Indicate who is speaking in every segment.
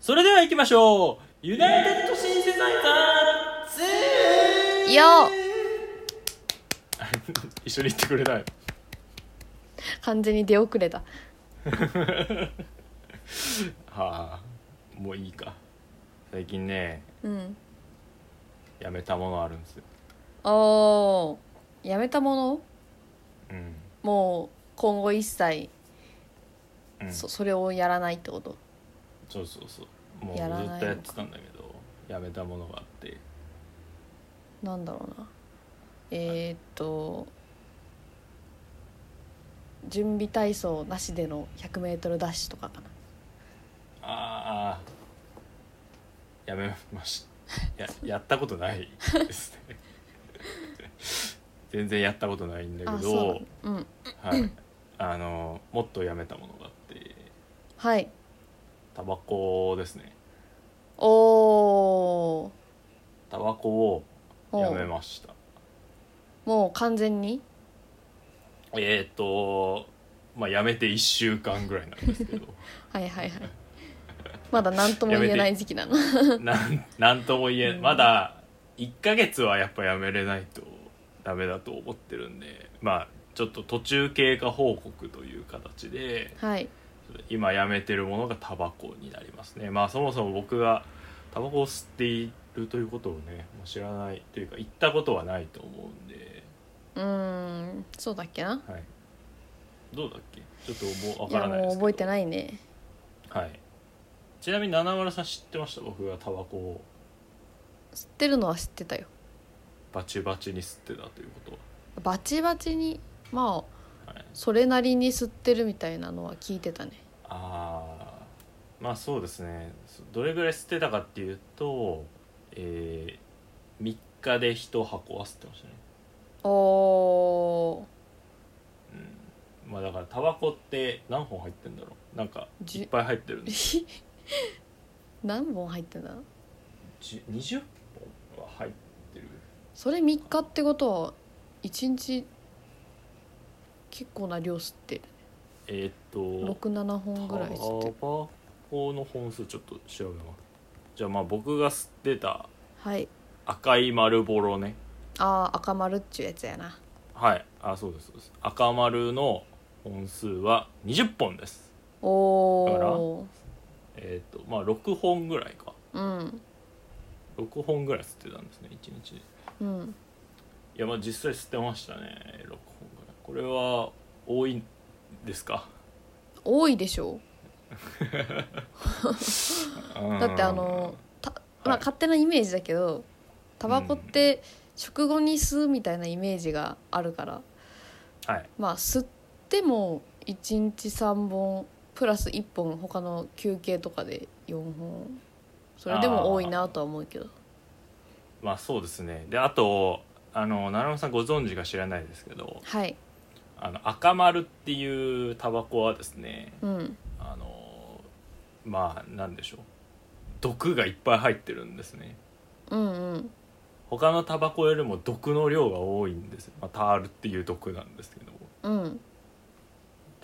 Speaker 1: それでは行きましょうユナイテッドシンセサイザー2
Speaker 2: よ
Speaker 1: 一緒に行ってくれない
Speaker 2: 完全に出遅れた
Speaker 1: はあもういいか最近ね
Speaker 2: うん
Speaker 1: やめたものあるんですよ
Speaker 2: おーやめたもの
Speaker 1: うん、
Speaker 2: もう今後一切、
Speaker 1: うん、
Speaker 2: そそれをやらないってこと
Speaker 1: そうそうそうもうず
Speaker 2: やらないのか
Speaker 1: っとやってたんだけどやめたものがあって
Speaker 2: なんだろうなえー、っと準備体操なしでの 100m ダッシュとかかな
Speaker 1: ああやめましたややったことないですね 全然やったことないんだ
Speaker 2: あ
Speaker 1: け
Speaker 2: そう
Speaker 1: ど
Speaker 2: なんうん
Speaker 1: はいあのもっとやめたものがあって
Speaker 2: はい
Speaker 1: タバコですね
Speaker 2: おお
Speaker 1: タバコを
Speaker 2: ー
Speaker 1: やめました
Speaker 2: もう完全に
Speaker 1: えー、っとまあやめて1週間ぐらいなんです けど
Speaker 2: はいはいはいまだ何とも言えない時期なの
Speaker 1: なんなんとも言え、、
Speaker 2: うんん
Speaker 1: まだ1ヶ月はやっぱやめれないとダメだと思ってるんでまあちょっと途中経過報告という形で
Speaker 2: はい
Speaker 1: 今やめてるものがタバコになりますねまあそもそも僕がタバコを吸っているということをねもう知らないというか言ったことはないと思うんで、
Speaker 2: うーんそうだっけな
Speaker 1: はい、どうだっけちょっともう
Speaker 2: い
Speaker 1: わから
Speaker 2: や
Speaker 1: ない
Speaker 2: も
Speaker 1: で
Speaker 2: う
Speaker 1: すけど
Speaker 2: 覚えてないね
Speaker 1: はい、ちなみに七丸さん知ってました僕がタバコを
Speaker 2: 知ってるのは知ってたよ
Speaker 1: バチバチに吸ってたということは
Speaker 2: バチバチにまあ
Speaker 1: はい
Speaker 2: それなりに吸ってるみたいなのは聞いてたね
Speaker 1: あーまあそうですねそどれぐらい吸ってたかっていうと、えー、3日で1箱は吸ってましたね、
Speaker 2: おー
Speaker 1: うん、まあだからタバコって何本入ってんだろうなんか
Speaker 2: じ
Speaker 1: いっぱい入ってるんで
Speaker 2: 何本入ってんだ
Speaker 1: じ20本は入ってる
Speaker 2: それ3日ってことは1日結構な量吸ってる
Speaker 1: えーっと
Speaker 2: 67本ぐらい
Speaker 1: タバ
Speaker 2: 吸ってる
Speaker 1: コの本数ちょっと調べますじゃあまあ僕が吸ってた
Speaker 2: はい
Speaker 1: 赤い丸ボロね
Speaker 2: ああ赤丸っちゅうやつやな
Speaker 1: はいあそうですそうです赤丸の本数は20本です
Speaker 2: お
Speaker 1: えっ、とまあ6本ぐらいか
Speaker 2: ーうん
Speaker 1: 6本ぐらい吸ってたんですね1日でい
Speaker 2: うん
Speaker 1: やまあ実際吸ってましたね6本ぐらいこれは多いんですか
Speaker 2: 多いでしょだ
Speaker 1: だ
Speaker 2: ってあのた、ま
Speaker 1: は
Speaker 2: あ、
Speaker 1: い
Speaker 2: 勝手なイメージだけどタバコって食後に吸うみたいなイメージがあるから
Speaker 1: はい
Speaker 2: まあ吸っても1日3本プラス1本他の休憩とかで4本それでも多いなとは思うけど
Speaker 1: まあそうですねであとあの奈良さんご存知か知らないですけど
Speaker 2: はい
Speaker 1: あの赤丸っていうタバコはですね
Speaker 2: うん
Speaker 1: あのまあなんでしょう毒がいっぱい入ってるんですね
Speaker 2: うんうん
Speaker 1: 他のタバコよりも毒の量が多いんですよ、まあ、タールっていう毒なんですけども
Speaker 2: うん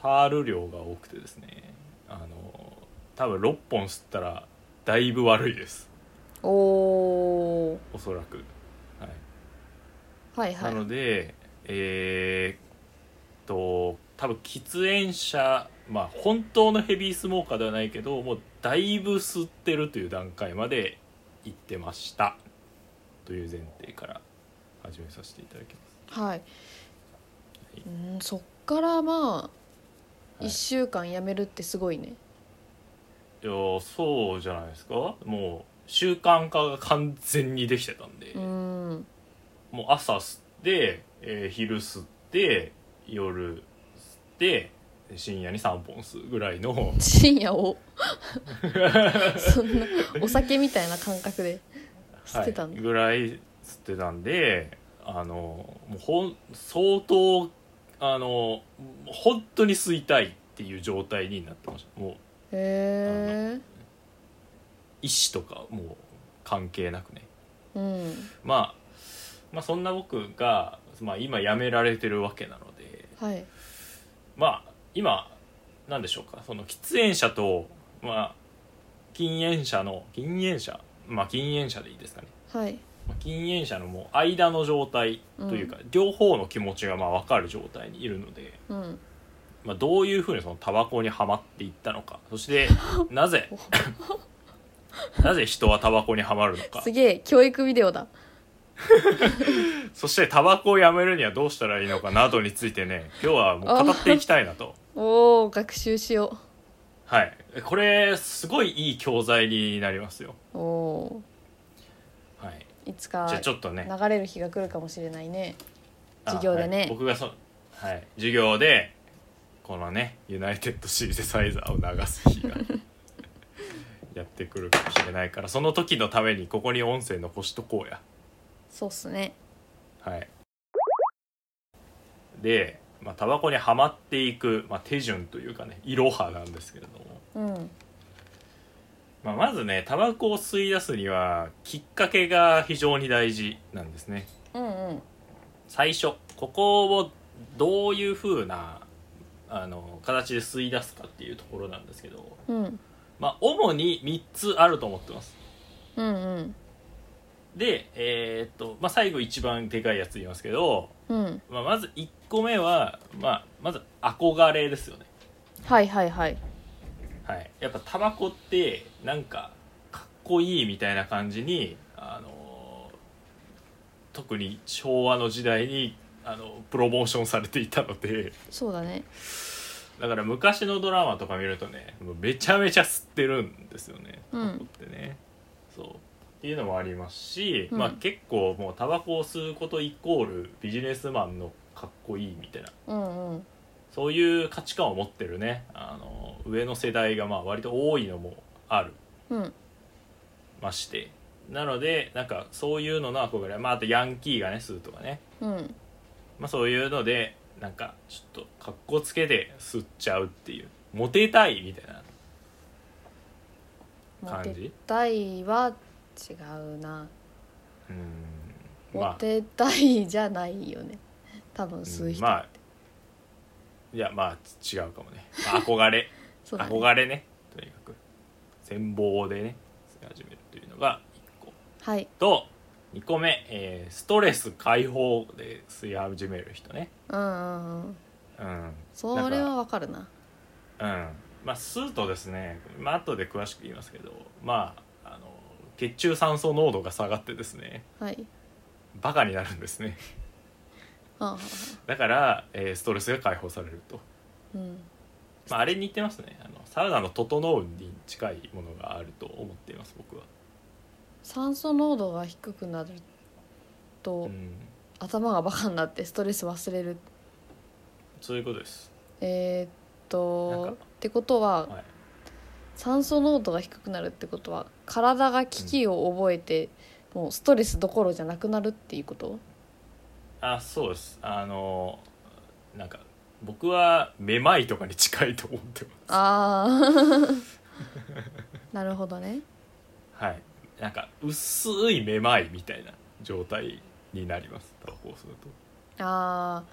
Speaker 1: タール量が多くてですねあの多分6本吸ったらだいぶ悪いです
Speaker 2: おお
Speaker 1: おそらく、はい
Speaker 2: はいは
Speaker 1: ないのでえーっと多分喫煙者まあ本当のヘビースモーカーではないけどもうだいぶ吸ってるという段階まで行ってましたという前提から始めさせていただきます
Speaker 2: はいうんそっからまあ
Speaker 1: い
Speaker 2: 1週間やめるってすごいね
Speaker 1: いやーそうじゃないですかもう習慣化が完全にできてたんで、
Speaker 2: うん
Speaker 1: もう朝吸って、えー昼吸って夜吸って深夜に3本吸うぐらいの
Speaker 2: 深 夜をそんなお酒みたいな感覚で吸ってたん
Speaker 1: は
Speaker 2: だ
Speaker 1: い、ぐらい吸ってたんであのもうほん相当あの本当に吸いたいっていう状態になってましたもう
Speaker 2: へ
Speaker 1: 意思とかもう関係なくね
Speaker 2: えうん
Speaker 1: まあ、まあそんな僕が、まあ、今やめられてるわけなので
Speaker 2: はい
Speaker 1: まあ今なんでしょうかその喫煙者とまあ禁煙者の禁煙者まあ禁煙者でいいですかね、
Speaker 2: はい
Speaker 1: まあ禁煙者のもう間の状態というか、両方の気持ちがまあ分かる状態にいるので、
Speaker 2: うん
Speaker 1: まあ、どういうふうにそのタバコにはまっていったのかそしてなぜなぜ人はタバコにはまるのか
Speaker 2: すげえ教育ビデオだ
Speaker 1: そしてタバコをやめるにはどうしたらいいのかなどについてね今日はもう語っていきたいなと。
Speaker 2: おお学習しよ
Speaker 1: はい、これすごいいい教材になりますよ。
Speaker 2: うおお
Speaker 1: はい、
Speaker 2: ーいつか
Speaker 1: じゃあちょっとね
Speaker 2: 流れる日が来るかもしれないね授業でね
Speaker 1: あはい僕がそ、はい、授業でこのねユナイテッドシンセサイザーを流す日 がやってくるかもしれないからその時のためにここに音声残しとこうや。
Speaker 2: そうっすね
Speaker 1: はい、でまあタバコにはまっていく、まあ、手順というかねいろはなんですけれども、
Speaker 2: うん
Speaker 1: まあ、まずねタバコを吸い出すにはきっかけが非常に大事なんですね。
Speaker 2: うんうん
Speaker 1: 最初ここをどういう風なあの形で吸い出すかっていうところなんですけど、
Speaker 2: うん
Speaker 1: まあ、主に3つあると思ってます
Speaker 2: うんうん
Speaker 1: で、えーっとまあ、最後一番でかいやつ言いますけど、
Speaker 2: うん
Speaker 1: まあ、まず1個目は、まあ、まず憧れですよね、
Speaker 2: はいはいはい
Speaker 1: はい、やっぱタバコってなんかかっこいいみたいな感じにあの特に昭和の時代にあのプロモーションされていたので
Speaker 2: そうだね
Speaker 1: だから昔のドラマとか見るとねもうめちゃめちゃ吸ってるんですよね、
Speaker 2: うん
Speaker 1: タバコってねそうっていうのもありますし、
Speaker 2: うん
Speaker 1: まあ結構もうタバコを吸うことイコールビジネスマンのかっこいいみたいな
Speaker 2: うんうん
Speaker 1: そういう価値観を持ってるねあの上の世代がまあ割と多いのもある
Speaker 2: うん
Speaker 1: ましてなのでなんかそういうのの憧れ、まあ、あとヤンキーがね吸うとかね、
Speaker 2: うん
Speaker 1: まあ、そういうのでなんかちょっとかっこつけて吸っちゃうっていうモテたいみたいな
Speaker 2: モ
Speaker 1: 感じ
Speaker 2: テたいは違うな
Speaker 1: うーん
Speaker 2: モテたいじゃないよね多分吸う人、
Speaker 1: まあいやまあ違うかもね、 まあ、憧れ
Speaker 2: そうだね
Speaker 1: 憧れねとにかく全貌でね始めるというのが1個
Speaker 2: はい
Speaker 1: と2個目、えーストレス解放で吸い始める人ね
Speaker 2: うんうんうん
Speaker 1: うん
Speaker 2: それはわかるな
Speaker 1: うんまあ吸うとですねまあ後で詳しく言いますけどまああの血中酸素濃度が下がってですね
Speaker 2: はい
Speaker 1: バカになるんですね
Speaker 2: ああ
Speaker 1: だから、えーストレスが解放されると
Speaker 2: うん
Speaker 1: まあ、あれに似てますねあのサウナの「整う」に近いものがあると思っています僕は、
Speaker 2: 酸素濃度が低くなると、
Speaker 1: うん、
Speaker 2: 頭がバカになってストレス忘れる
Speaker 1: そういうことです、
Speaker 2: えーっ
Speaker 1: なん
Speaker 2: と
Speaker 1: か
Speaker 2: ってことは、
Speaker 1: はい、
Speaker 2: 酸素濃度が低くなるってことは体が危機を覚えて、もうストレスどころじゃなくなるっていうこと
Speaker 1: あそうですあのなんか僕はめまいとかに近いと思ってます
Speaker 2: ああ なるほどね
Speaker 1: はいなんか薄いめまいみたいな状態になりますタバコをすると
Speaker 2: ああ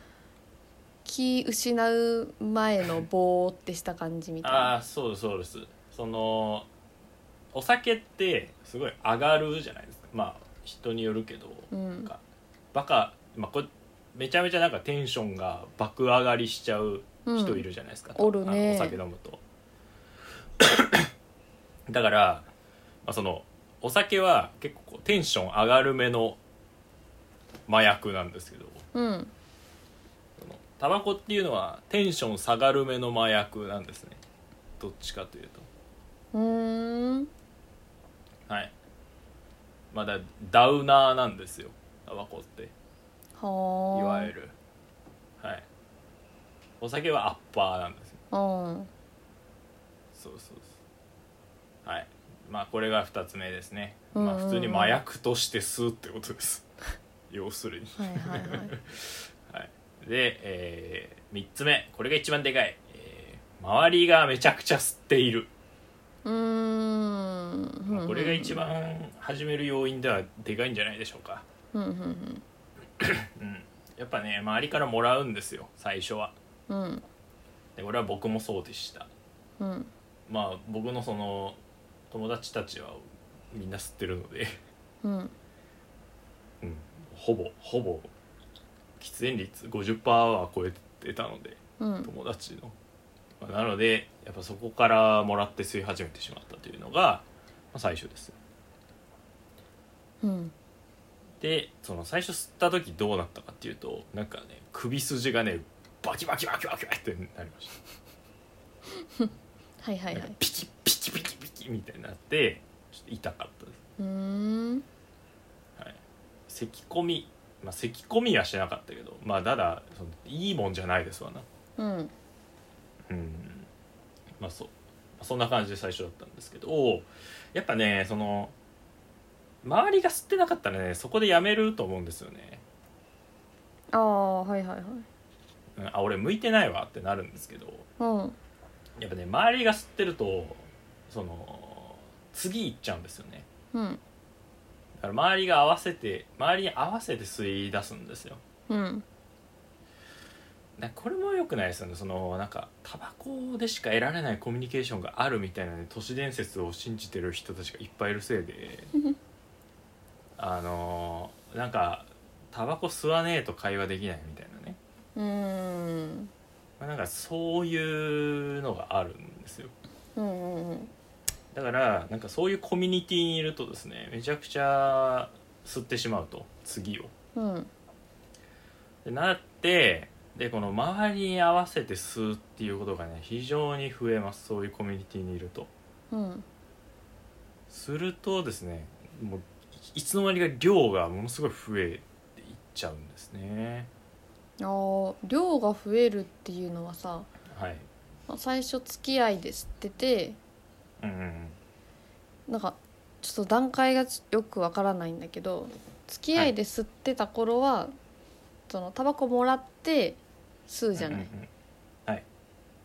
Speaker 2: 気失う前のぼーってした感じみたい
Speaker 1: あ
Speaker 2: な
Speaker 1: あそうですそうですそのお酒ってすごい上がるじゃないですかまあ人によるけど、
Speaker 2: う
Speaker 1: なん
Speaker 2: ん
Speaker 1: かバカ、まあ、これめちゃめちゃなんかテンションが爆上がりしちゃう人いるじゃないですか、
Speaker 2: うんおるね
Speaker 1: あのお酒飲むと だから、まあ、そのお酒は結構こうテンション上がるめの麻薬なんですけど
Speaker 2: うん
Speaker 1: そのタバコっていうのはテンション下がるめの麻薬なんですねどっちかという
Speaker 2: うーん
Speaker 1: とはいまあだダウナーなんですよタバコって
Speaker 2: はいあ
Speaker 1: わゆるはいお酒はアッパーなんですよ
Speaker 2: うん
Speaker 1: そうそうそうはいまあこれが2つ目ですね、
Speaker 2: うんうん
Speaker 1: ま
Speaker 2: う
Speaker 1: あ
Speaker 2: ん
Speaker 1: 普通に麻薬として吸うってことです 要するに
Speaker 2: はいはいはい
Speaker 1: で、え3つ目これが一番でかい、えー周りがめちゃくちゃ吸っている、
Speaker 2: うーん
Speaker 1: まあこれが一番始める要因ではでかいんじゃないでしょうか
Speaker 2: うんうん
Speaker 1: うんやっぱね周りからもらうんですよ最初は
Speaker 2: うんうん
Speaker 1: でこれは僕もそうでした
Speaker 2: うん
Speaker 1: まあ僕のその友達たちはみんな吸ってるので、
Speaker 2: うん
Speaker 1: うん、ほぼほぼ喫煙率50%は超えてたので
Speaker 2: うん
Speaker 1: 友達の、まあなのでやっぱそこからもらって吸い始めてしまったというのが、まあ、最初です
Speaker 2: うん
Speaker 1: でその最初吸った時どうなったかっていうとなんかね首筋がねバキバキバキバキってなりました
Speaker 2: はいはいは
Speaker 1: なん
Speaker 2: い
Speaker 1: かピキピキピキピキみたいになってちょっと痛かったです
Speaker 2: うーん
Speaker 1: 咳込みまあ咳込みはしなかったけどまあただそのいいもんじゃないですわな
Speaker 2: うん
Speaker 1: うんまあそうそんな感じで最初だったんですけどやっぱねその周りが吸ってなかったらねそこでやめると思うんですよね
Speaker 2: ああはいはいはい
Speaker 1: うんあ俺向いてないわってなるんですけど
Speaker 2: うん
Speaker 1: やっぱね周りが吸ってるとその次行っちゃうんですよね
Speaker 2: うん
Speaker 1: だから周りが合わせて周りに合わせて吸い出すんですよ
Speaker 2: うん
Speaker 1: なこれも良くないですよねそのなんかタバコでしか得られないコミュニケーションがあるみたいな、ね、都市伝説を信じてる人たちがいっぱいいるせいであのーなんかタバコ吸わねえと会話できないみたいなね、
Speaker 2: うーん
Speaker 1: まあなんかそういうのがあるんですよ
Speaker 2: うんうんうん
Speaker 1: だからなんかそういうコミュニティにいるとですねめちゃくちゃ吸ってしまうと次を
Speaker 2: うん
Speaker 1: でなってでこの周りに合わせて吸うっていうことがね非常に増えますそういうコミュニティにいると
Speaker 2: うん
Speaker 1: するとですねもういいつの間にか量がものすごい増えていっちゃうんですね
Speaker 2: あー量が増えるっていうのはさ
Speaker 1: はい
Speaker 2: まあ最初付き合いで吸ってて
Speaker 1: うんうん
Speaker 2: なんかちょっと段階がちよくわからないんだけど付き合いで吸ってた頃は、そのタバコもらって吸うじゃない、
Speaker 1: うんうんうん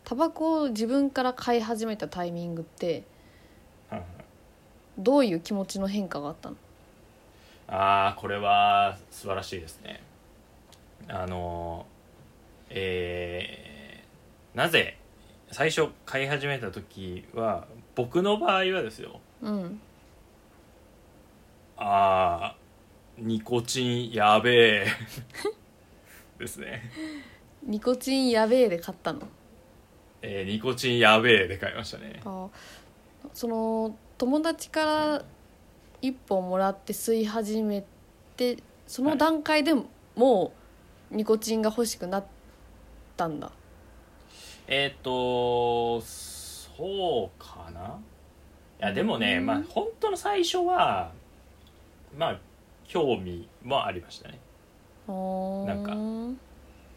Speaker 2: タバコを自分から買い始めたタイミングって
Speaker 1: はいはい
Speaker 2: どういう気持ちの変化があったの
Speaker 1: ああこれは素晴らしいですねあのえーなぜ最初買い始めた時は僕の場合はですよ
Speaker 2: うん
Speaker 1: あーニコチンやべえ ですね、
Speaker 2: ニコチンやべえで買ったの
Speaker 1: えーニコチンやべえで買いましたね
Speaker 2: あーその友達から一本もらって吸い始めてその段階でもうニコチンが欲しくなったんだ
Speaker 1: えっ、とそうかないやでもね、
Speaker 2: うん
Speaker 1: まあ本当の最初はまあ興味もありましたね
Speaker 2: なん
Speaker 1: か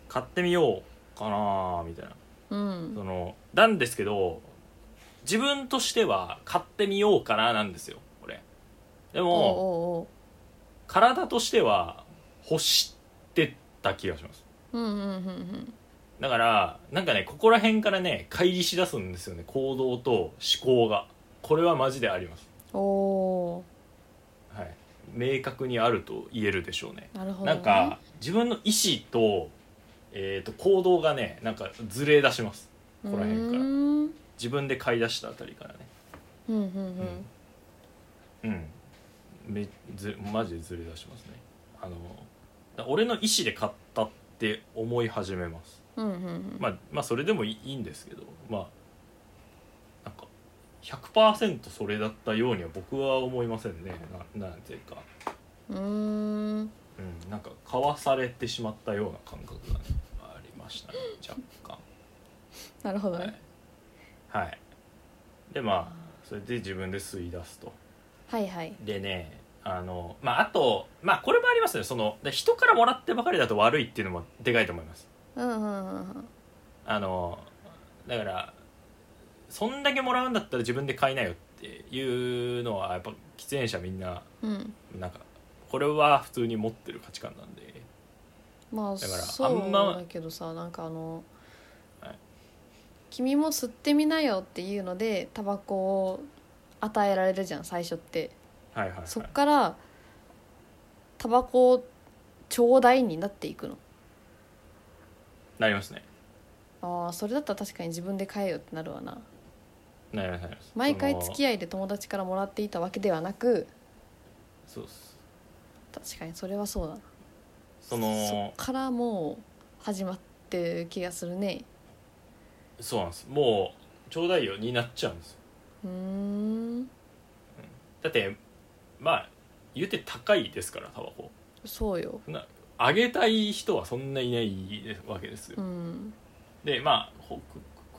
Speaker 1: 買ってみようかなみたいな
Speaker 2: うん
Speaker 1: そのなんですけど自分としては買ってみようかななんですよこれで
Speaker 2: おう
Speaker 1: も
Speaker 2: お
Speaker 1: 体としては欲してた気がします
Speaker 2: うおううんうんうん
Speaker 1: だからなんかねここら辺からね乖離しだすんですよね行動と思考がこれはマジであります
Speaker 2: うんお
Speaker 1: はい明確にあると言えるでしょうね
Speaker 2: ーなるほど、ね、
Speaker 1: なんか自分の意思と,、えー、と行動がねなんかずれ出しますここら辺から
Speaker 2: うーん
Speaker 1: 自分で買い出したあたりからね
Speaker 2: うんうん
Speaker 1: うんめずマジでずれ出しますねあのだ俺の意思で買ったって思い始めます
Speaker 2: うんうんうんうん
Speaker 1: まあ、まあそれでもいいいいんですけどまあなんか100%それだったようには僕は思いませんねななんていうか、
Speaker 2: うーん
Speaker 1: うん、なんかかわされてしまったような感覚が、ね、ありましたね若干
Speaker 2: なるほど
Speaker 1: はい
Speaker 2: ね、
Speaker 1: はい、でまあそれで自分で吸い出すと
Speaker 2: はいはい
Speaker 1: でねあのまああとまあこれもありますねそので人からもらってばかりだと悪いっていうのもでかいと思います
Speaker 2: うんうんうん
Speaker 1: あのだからそんだけもらうんだったら自分で買いなよっていうのはやっぱ喫煙者みんな
Speaker 2: うんうん
Speaker 1: なんかこれは普通に持ってる価値観なんで
Speaker 2: まあ
Speaker 1: だから
Speaker 2: そ
Speaker 1: あ
Speaker 2: うん
Speaker 1: ま
Speaker 2: だけどさなんかあの、
Speaker 1: はい
Speaker 2: 君も吸ってみなよっていうのでタバコを与えられるじゃん最初って
Speaker 1: はいはい、はい、
Speaker 2: そっからタバコをちょうだいになっていくの
Speaker 1: なりますね
Speaker 2: ああそれだったら確かに自分で買えよってなるわな
Speaker 1: なりますなります
Speaker 2: 毎回
Speaker 1: その
Speaker 2: 付き合いで友達からもらっていたわけではなく
Speaker 1: そうっす
Speaker 2: 確かにそれはそうだな
Speaker 1: その
Speaker 2: そっからもう始まってる気がするね
Speaker 1: そうなんですもうちょうだいよになっちゃうんですよ
Speaker 2: うーん
Speaker 1: だってまあ言うて高いですからタバコ
Speaker 2: そうよ
Speaker 1: あげたい人はそんないないわけですよ
Speaker 2: うん
Speaker 1: でまあほ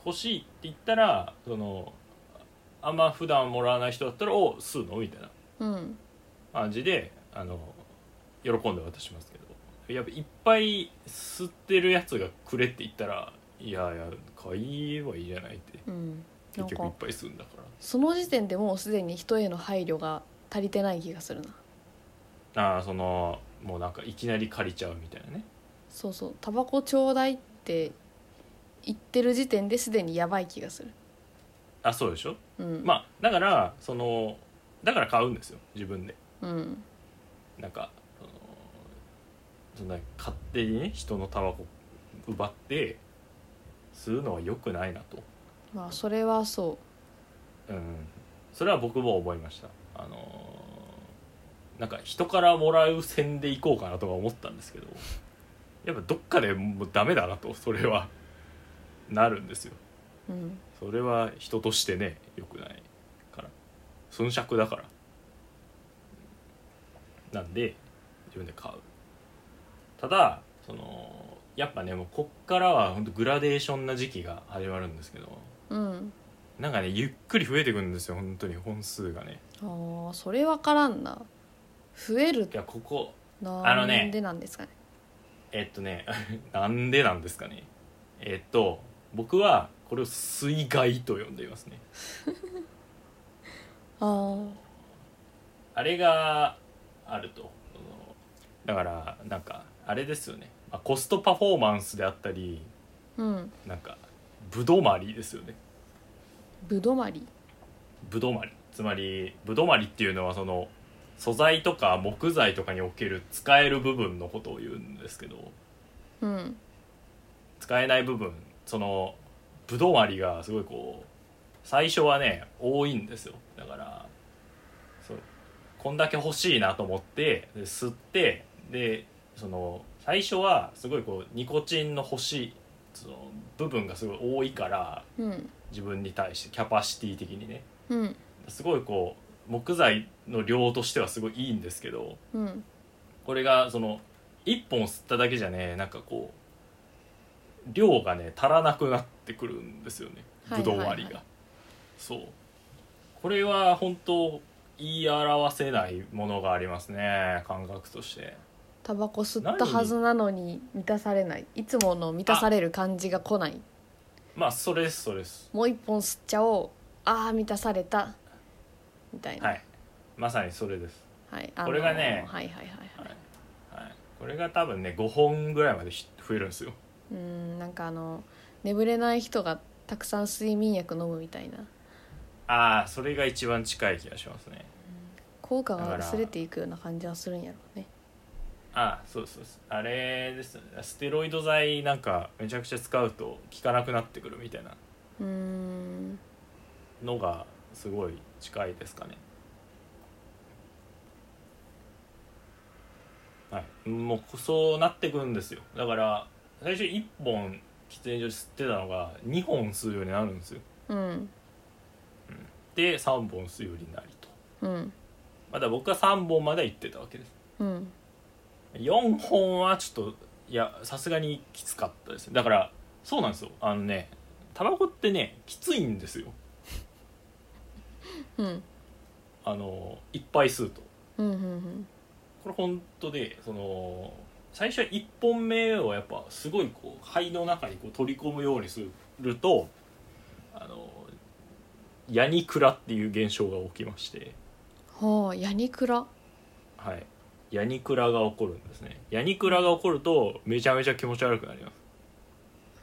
Speaker 1: 欲しいって言ったらそのあんま普段もらわない人だったら「お吸うの?」みたいな
Speaker 2: うん
Speaker 1: 感じであの喜んで渡しますけどやっぱいっぱい吸ってるやつがくれって言ったら「いやいや買えばいいじゃない」って
Speaker 2: うんなん
Speaker 1: 結局い
Speaker 2: か
Speaker 1: っぱい吸うんだから
Speaker 2: その時点でもうすでに人への配慮が足りてない気がするな
Speaker 1: ああそのもうなんかいきなり借りちゃうみたいなね
Speaker 2: そうそうタバコちょうだいって言ってる時点ですでにやばい気がする
Speaker 1: あそうでしょ
Speaker 2: うん
Speaker 1: まあだからそのだから買うんですよ自分で
Speaker 2: うん
Speaker 1: なんかそのそんな勝手にね人のタバコ奪って吸うのは良くないなと、
Speaker 2: まあそれはそ
Speaker 1: うん、それは僕も思いましたあのーなんか人からもらう線でいこうかなとか思ったんですけどやっぱどっかでもうダメだなとそれはなるんですよ
Speaker 2: ううん
Speaker 1: それは人としてね良くないから寸尺だからなんで自分で買うただそのやっぱねもうこっからは本当グラデーションな時期が始まるんですけど
Speaker 2: うん
Speaker 1: なんかねゆっくり増えていくんですよ本当に本数がね
Speaker 2: あーそれ分からんな増える
Speaker 1: いやここあ
Speaker 2: な
Speaker 1: のね
Speaker 2: んでなんですかね
Speaker 1: えっとね なんでなんですかねえっと僕はこれを水害と呼んでいますね
Speaker 2: あー
Speaker 1: あれがあるとそのだからなんかあれですよね、まあ、コストパフォーマンスであったり
Speaker 2: うん
Speaker 1: なんかぶどまりですよね
Speaker 2: ぶどまり
Speaker 1: ぶどまりつまりぶどまりっていうのはその素材とか木材とかにおける使える部分のことを言うんですけど
Speaker 2: うん
Speaker 1: 使えない部分そのぶどまりがすごいこう最初はね多いんですよだからそうこんだけ欲しいなと思ってで吸ってでその最初はすごいこうニコチンの欲しいその部分がすごい多いから
Speaker 2: うん
Speaker 1: 自分に対してキャパシティ的にね
Speaker 2: うん
Speaker 1: すごいこう木材の量としてはすごいいいんですけど
Speaker 2: うん
Speaker 1: これがその1本吸っただけじゃねなんかこう量がね足らなくなってくるんですよね
Speaker 2: はい
Speaker 1: ぶどう割りが、
Speaker 2: はいは
Speaker 1: そうこれは本当言い表せないものがありますね感覚として
Speaker 2: タバコ吸ったはずなのに満たされないいつもの満たされる感じが来ない
Speaker 1: まあそれですそれです
Speaker 2: もう一本吸っちゃおうああ満たされたみたいな
Speaker 1: はいまさにそれです、
Speaker 2: はいあのー
Speaker 1: これがね
Speaker 2: はいはいはい
Speaker 1: は
Speaker 2: はいい
Speaker 1: はい、これが多分ね5本ぐらいまでひ増えるんですよ
Speaker 2: うーんなんかあの眠れない人がたくさん睡眠薬飲むみたいな
Speaker 1: ああそれが一番近い気がしますね
Speaker 2: 効果
Speaker 1: だか
Speaker 2: が
Speaker 1: ら
Speaker 2: 薄れていくような感じはするんやろうね
Speaker 1: あそうそうそうあれですステロイド剤なんかめちゃくちゃ使うと効かなくなってくるみたいな
Speaker 2: うーん
Speaker 1: のがすごい近いですかねはいもうそうなってくるんですよだから最初1本喫煙所で吸ってたのが2本吸うようになるんですよ
Speaker 2: うん
Speaker 1: で3本吸うようになりと
Speaker 2: うん
Speaker 1: まだ僕は3本までは行ってたわけです
Speaker 2: うん
Speaker 1: 4本はちょっといやさすがにきつかったですねだからそうなんですよあのねタバコってねきついんですよ
Speaker 2: うん
Speaker 1: あのいっぱい吸うと
Speaker 2: うんうん
Speaker 1: これ本当でその最初は1本目をやっぱすごいこう肺の中にこう取り込むようにするとあのヤニクラっていう現象が起きまして
Speaker 2: はあヤニクラ
Speaker 1: はいヤニクラが起こるんですねヤニクラが起こるとめちゃめちゃ気持ち悪くなります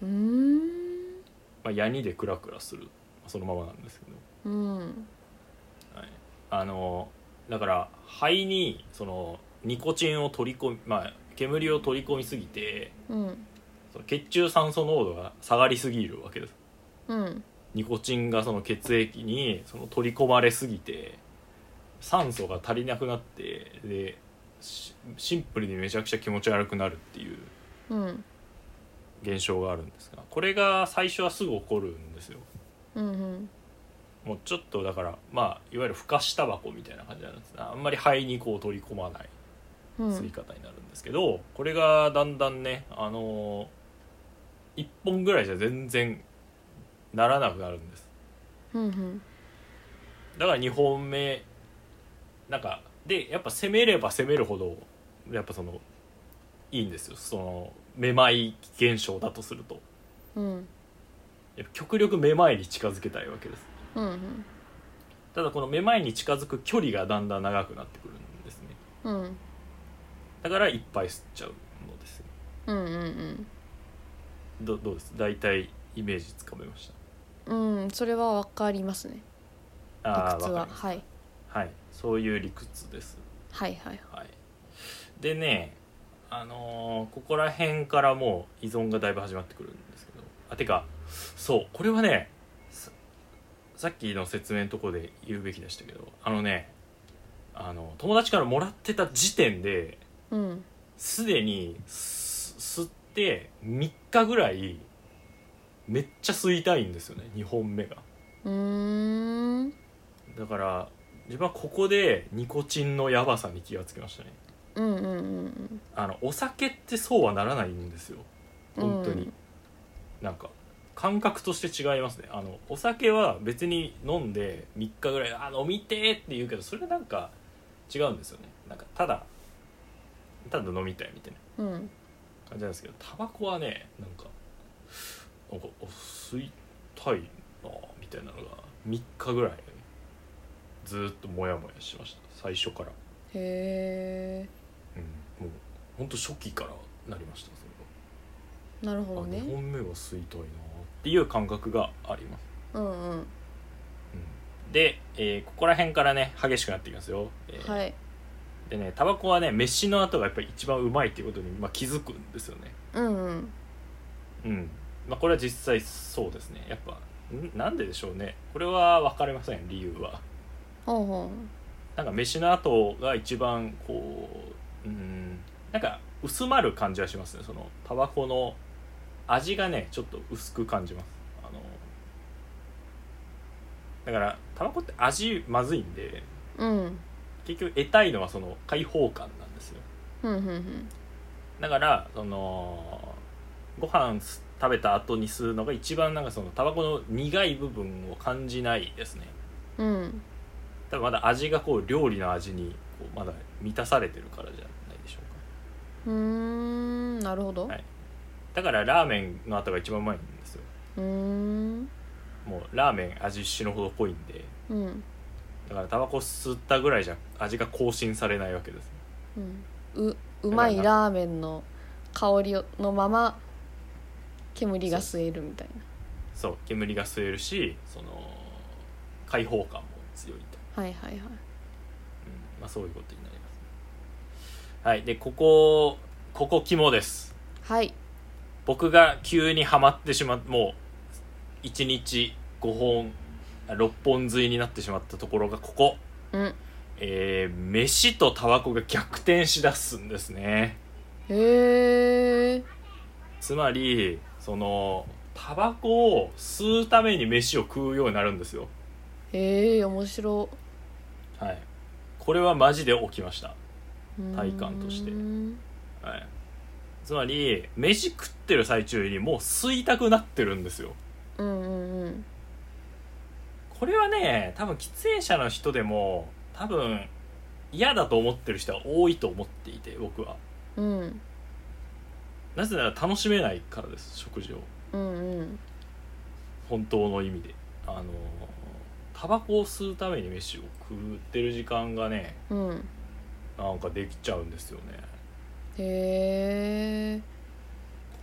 Speaker 2: うーん
Speaker 1: まあ、ヤニでクラクラするそのままなんですけど、
Speaker 2: うん
Speaker 1: はい、あのだから肺にそのニコチンを取り込み、まあ、煙を取り込みすぎて
Speaker 2: うん
Speaker 1: その血中酸素濃度が下がりすぎるわけです
Speaker 2: うん
Speaker 1: ニコチンがその血液にその取り込まれすぎて酸素が足りなくなってでしシンプルにめちゃくちゃ気持ち悪くなるっていう
Speaker 2: うん
Speaker 1: 現象があるんですがこれが最初はすぐ起こるんですよ
Speaker 2: うんうん
Speaker 1: もうちょっとだからまあいわゆるふかしタバコみたいな感じなんですがあんまり肺にこう取り込まない
Speaker 2: うん
Speaker 1: 吸い方になるんですけど、これがだんだんねあの1本ぐらいじゃ全然ならなくなるんです
Speaker 2: うんうん
Speaker 1: だから2本目なんかでやっぱ攻めれば攻めるほどやっぱそのいいんですよそのめまい現象だとすると
Speaker 2: うん
Speaker 1: やっぱ極力めまいに近づけたいわけです
Speaker 2: うん
Speaker 1: ただこのめまいに近づく距離がだんだん長くなってくるんですね
Speaker 2: うん
Speaker 1: だからいっぱい吸っちゃうのですよ
Speaker 2: うんうん
Speaker 1: どどうです大体イメージつかめました
Speaker 2: うんうんそれはわかりますね理
Speaker 1: あー
Speaker 2: 屈
Speaker 1: わ
Speaker 2: は
Speaker 1: かります
Speaker 2: はい
Speaker 1: はいそういう理屈です
Speaker 2: はいはい
Speaker 1: はいでねあのーここら辺からもう依存がだいぶ始まってくるんですけどあてかそうこれはねささっきの説明のところで言うべきでしたけどあのねあの友達からもらってた時点で
Speaker 2: うん
Speaker 1: すでにす吸って3日ぐらいめっちゃ吸いたいんですよね2本目が
Speaker 2: うーん
Speaker 1: だから自分はここでニコチンのヤバさに気がつきましたね
Speaker 2: うんうんうん
Speaker 1: あのお酒ってそうはならないんですよ
Speaker 2: うん
Speaker 1: 本当に、なんか感覚として違いますねあのお酒は別に飲んで3日ぐらい「あ飲みてー」って言うけどそれなんか違うんですよねなんかただただ飲みたいみたいな
Speaker 2: うん
Speaker 1: 感じなんですけどタバコはねなんかなんかお吸いたいなみたいなのが3日ぐらいずーっとモヤモヤしました最初から、
Speaker 2: へ
Speaker 1: うん、もうほんと初期からなりましたそれは
Speaker 2: えなるほ
Speaker 1: あ
Speaker 2: どね
Speaker 1: 2本目は吸いたいなっていう感覚があります、
Speaker 2: うんうん
Speaker 1: うんで、えーここら辺からね激しくなってきますよ、えー
Speaker 2: はい
Speaker 1: でねタバコはね飯の後がやっぱり一番うまいっていうことに、まあ、気づくんですよね
Speaker 2: うんうん
Speaker 1: うん、まあ、これは実際そうですねやっぱんなんででしょうねこれは分かりません理由は
Speaker 2: ほうほ
Speaker 1: なんか飯の後が一番こううんなんか薄まる感じはしますねそのタバコの味がねちょっと薄く感じますあのだからタバコって味まずいんで
Speaker 2: ううん
Speaker 1: 結局得たいのはその開放感なんですよ
Speaker 2: うんうんうん
Speaker 1: だからそのご飯す食べた後に吸うのが一番なんかそのタバコの苦い部分を感じないですね
Speaker 2: うん
Speaker 1: 多分まだ味がこう料理の味にこうまだ満たされてるからじゃないでしょうか
Speaker 2: うーんなるほど、
Speaker 1: はいだからラーメンの後が一番うまいんですよ
Speaker 2: うーん
Speaker 1: もうラーメン味死ぬほど濃いんで
Speaker 2: うん
Speaker 1: だからタバコ吸ったぐらいじゃ味が更新されないわけです
Speaker 2: うんううまいラーメンの香りをのまま煙が吸えるみたい
Speaker 1: そう煙が吸えるしその開放感も強いと、
Speaker 2: なはいはいはい
Speaker 1: うんまあ、そういうことになりますはいでここここ肝です
Speaker 2: はい
Speaker 1: 僕が急にはまってしまっもう1日5本6本吸いになってしまったところがここ
Speaker 2: うん
Speaker 1: えー、飯とタバコが逆転しだすんですね
Speaker 2: へえ
Speaker 1: つまりそのタバコを吸うために飯を食うようになるんですよ
Speaker 2: へえ面白
Speaker 1: はいこれはマジで起きました、
Speaker 2: うーん
Speaker 1: 体感としてはい、つまり飯食ってる最中にもう吸いたくなってるんですよ
Speaker 2: うんうんうん
Speaker 1: これはね多分喫煙者の人でも多分嫌だと思ってる人は多いと思っていて僕は
Speaker 2: うん
Speaker 1: なぜなら楽しめないからです食事を
Speaker 2: うんうん
Speaker 1: 本当の意味であのタバコを吸うために飯を食ってる時間がね
Speaker 2: うん
Speaker 1: なんかできちゃうんですよね
Speaker 2: へえ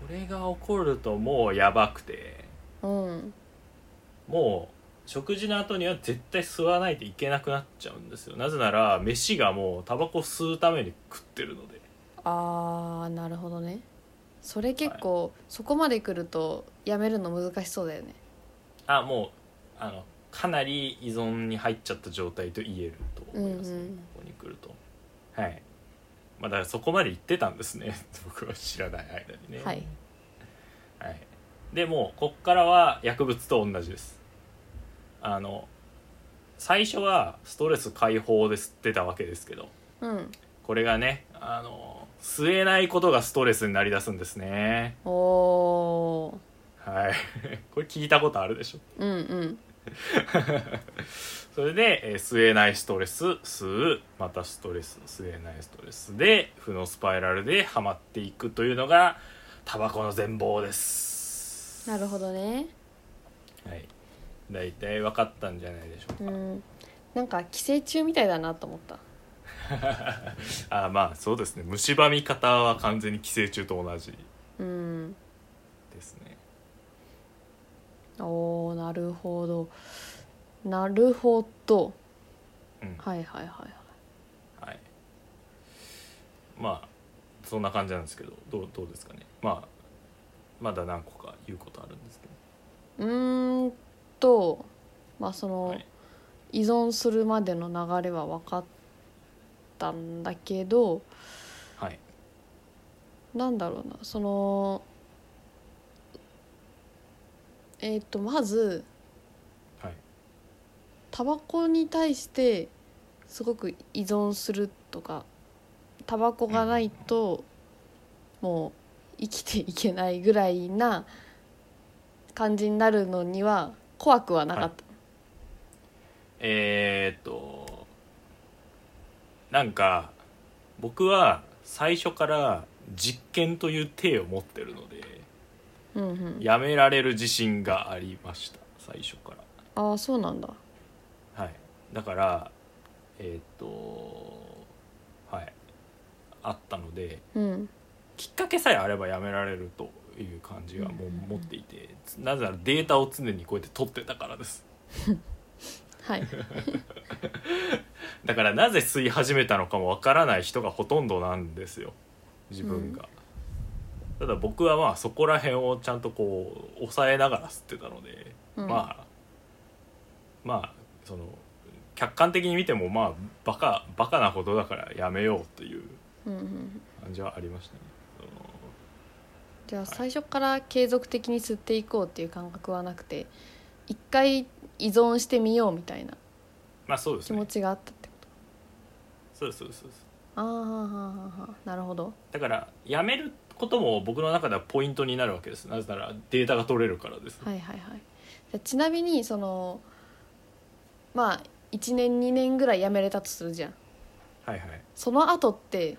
Speaker 1: これが起こるともうやばくて
Speaker 2: うん
Speaker 1: もう食事の後には絶対吸わないといけなくなっちゃうんですよなぜなら飯がもうタバコ吸うために食ってるので
Speaker 2: あーなるほどねそれ結構、そこまで来るとやめるの難しそうだよね
Speaker 1: あもうあのかなり依存に入っちゃった状態と言えると思います、ね
Speaker 2: うんうん
Speaker 1: ここに来るとはいまあだからそこまで行ってたんですね 僕は知らない間にね
Speaker 2: はい、
Speaker 1: はいでもうこっからは薬物と同じですあの最初はストレス解放で吸ってたわけですけど
Speaker 2: うん、
Speaker 1: これがねあの吸えないことがストレスになりだすんですね
Speaker 2: おお
Speaker 1: はい これ聞いたことあるでしょ
Speaker 2: ーうんうん
Speaker 1: それで、えー吸えないストレス吸うまたストレス吸えないストレスで負のスパイラルでハマっていくというのがタバコの全貌です
Speaker 2: なるほどね
Speaker 1: はい大体分かったんじゃないでしょ
Speaker 2: う
Speaker 1: うか、
Speaker 2: んなんか寄生虫みたいだなと思った
Speaker 1: あーまあそうですね蝕み方は完全に寄生虫と同じ
Speaker 2: うん
Speaker 1: ですね
Speaker 2: おーなるほどなるほど、
Speaker 1: うん
Speaker 2: はいはいはいはい
Speaker 1: はいまあそんな感じなんですけどどうどうですかねまあまだ何個か言うことあるんですけ
Speaker 2: うーんとまあそ
Speaker 1: ど、
Speaker 2: の、
Speaker 1: はい、
Speaker 2: 依存するまでの流れは分かったんだけど
Speaker 1: はい、
Speaker 2: なんだろうなそのえっ、とまず
Speaker 1: はい、
Speaker 2: タバコに対してすごく依存するとかタバコがないともう生きていけないぐらいな感じになるのには怖くはなかった。
Speaker 1: えー、っとなんか僕は最初から実験という体を持ってるので
Speaker 2: うんうん、
Speaker 1: やめられる自信がありました最初から
Speaker 2: ああそうなんだ。
Speaker 1: はい、だからえーっとはいあったので
Speaker 2: うん
Speaker 1: きっかけさえあればやめられるという感じはもう持っていてなぜならデータを常にこうやって取ってたからです
Speaker 2: はい、
Speaker 1: だからなぜ吸い始めたのかもわからない人がほとんどなんですよ自分が、ただ僕はまあそこら辺をちゃんとこう抑えながら吸ってたので、
Speaker 2: うん
Speaker 1: まあまあその客観的に見てもまあバカバカなことだからやめようっていう
Speaker 2: うんうん、
Speaker 1: 感じはありましたねその
Speaker 2: じゃあ
Speaker 1: い
Speaker 2: 最初から継続的に吸っていこうっていう感覚はなくて一回依存してみようみたいな
Speaker 1: まあそうです
Speaker 2: 気持
Speaker 1: ね
Speaker 2: ちがあったってこと
Speaker 1: そうですそうですそうです
Speaker 2: あーはーはーはーはーなるほど
Speaker 1: だからやめることも僕の中ではポイントになるわけですなぜならデータが取れるからです、
Speaker 2: はいはいはいじゃあちなみにそのまあ1年2年ぐらいやめれたとするじゃん
Speaker 1: はいはい
Speaker 2: その後って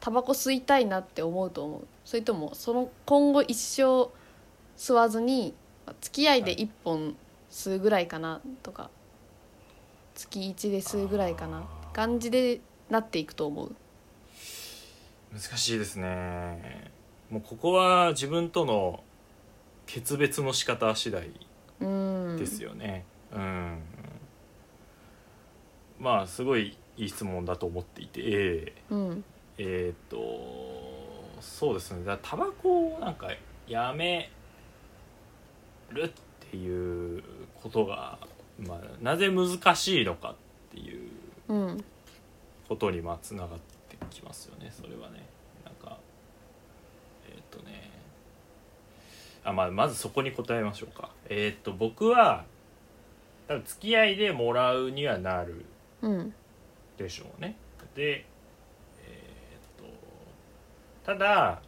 Speaker 2: タバコ吸いたいなって思うと思うそれともその今後一生吸わずにまあ付き合いで
Speaker 1: はい
Speaker 2: 1本吸うぐらいかなとか、月1で吸うぐらいかな
Speaker 1: あー
Speaker 2: 感じでなっていくと思う
Speaker 1: 難しいですねもうここは自分との決別の仕方次第
Speaker 2: うーん
Speaker 1: ですよねうん、まあすごいいい質問だと思っていてえ
Speaker 2: うん
Speaker 1: ーえーっとそうですねだからタバコをなんかやめるっていうことが、まあ、なぜ難しいのかっていう
Speaker 2: うん
Speaker 1: ことにまあつながってきますよねそれはねなんかえーっ、とねあ、まあ、まずそこに答えましょうかえーっ、と僕は多分付き合いでもらうにはなる
Speaker 2: うん
Speaker 1: でしょうねでえーっ、とただ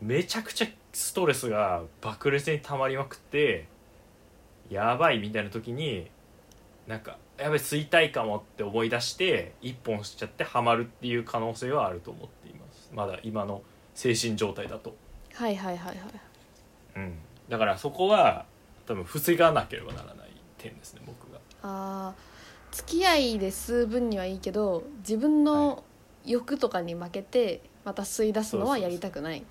Speaker 1: めちゃくちゃストレスが爆裂に溜まりまくってやばいみたいな時になんかやべ吸いたいかもって思い出して一本しちゃってハマるっていう可能性はあると思っていますまだ今の精神状態だと、
Speaker 2: はいはいはいはい
Speaker 1: うん、だからそこは多分防がなければならない点ですね僕が
Speaker 2: あー付き合いで吸う分にはいいけど自分の欲とかに負けてまた吸い出すのはやりたくない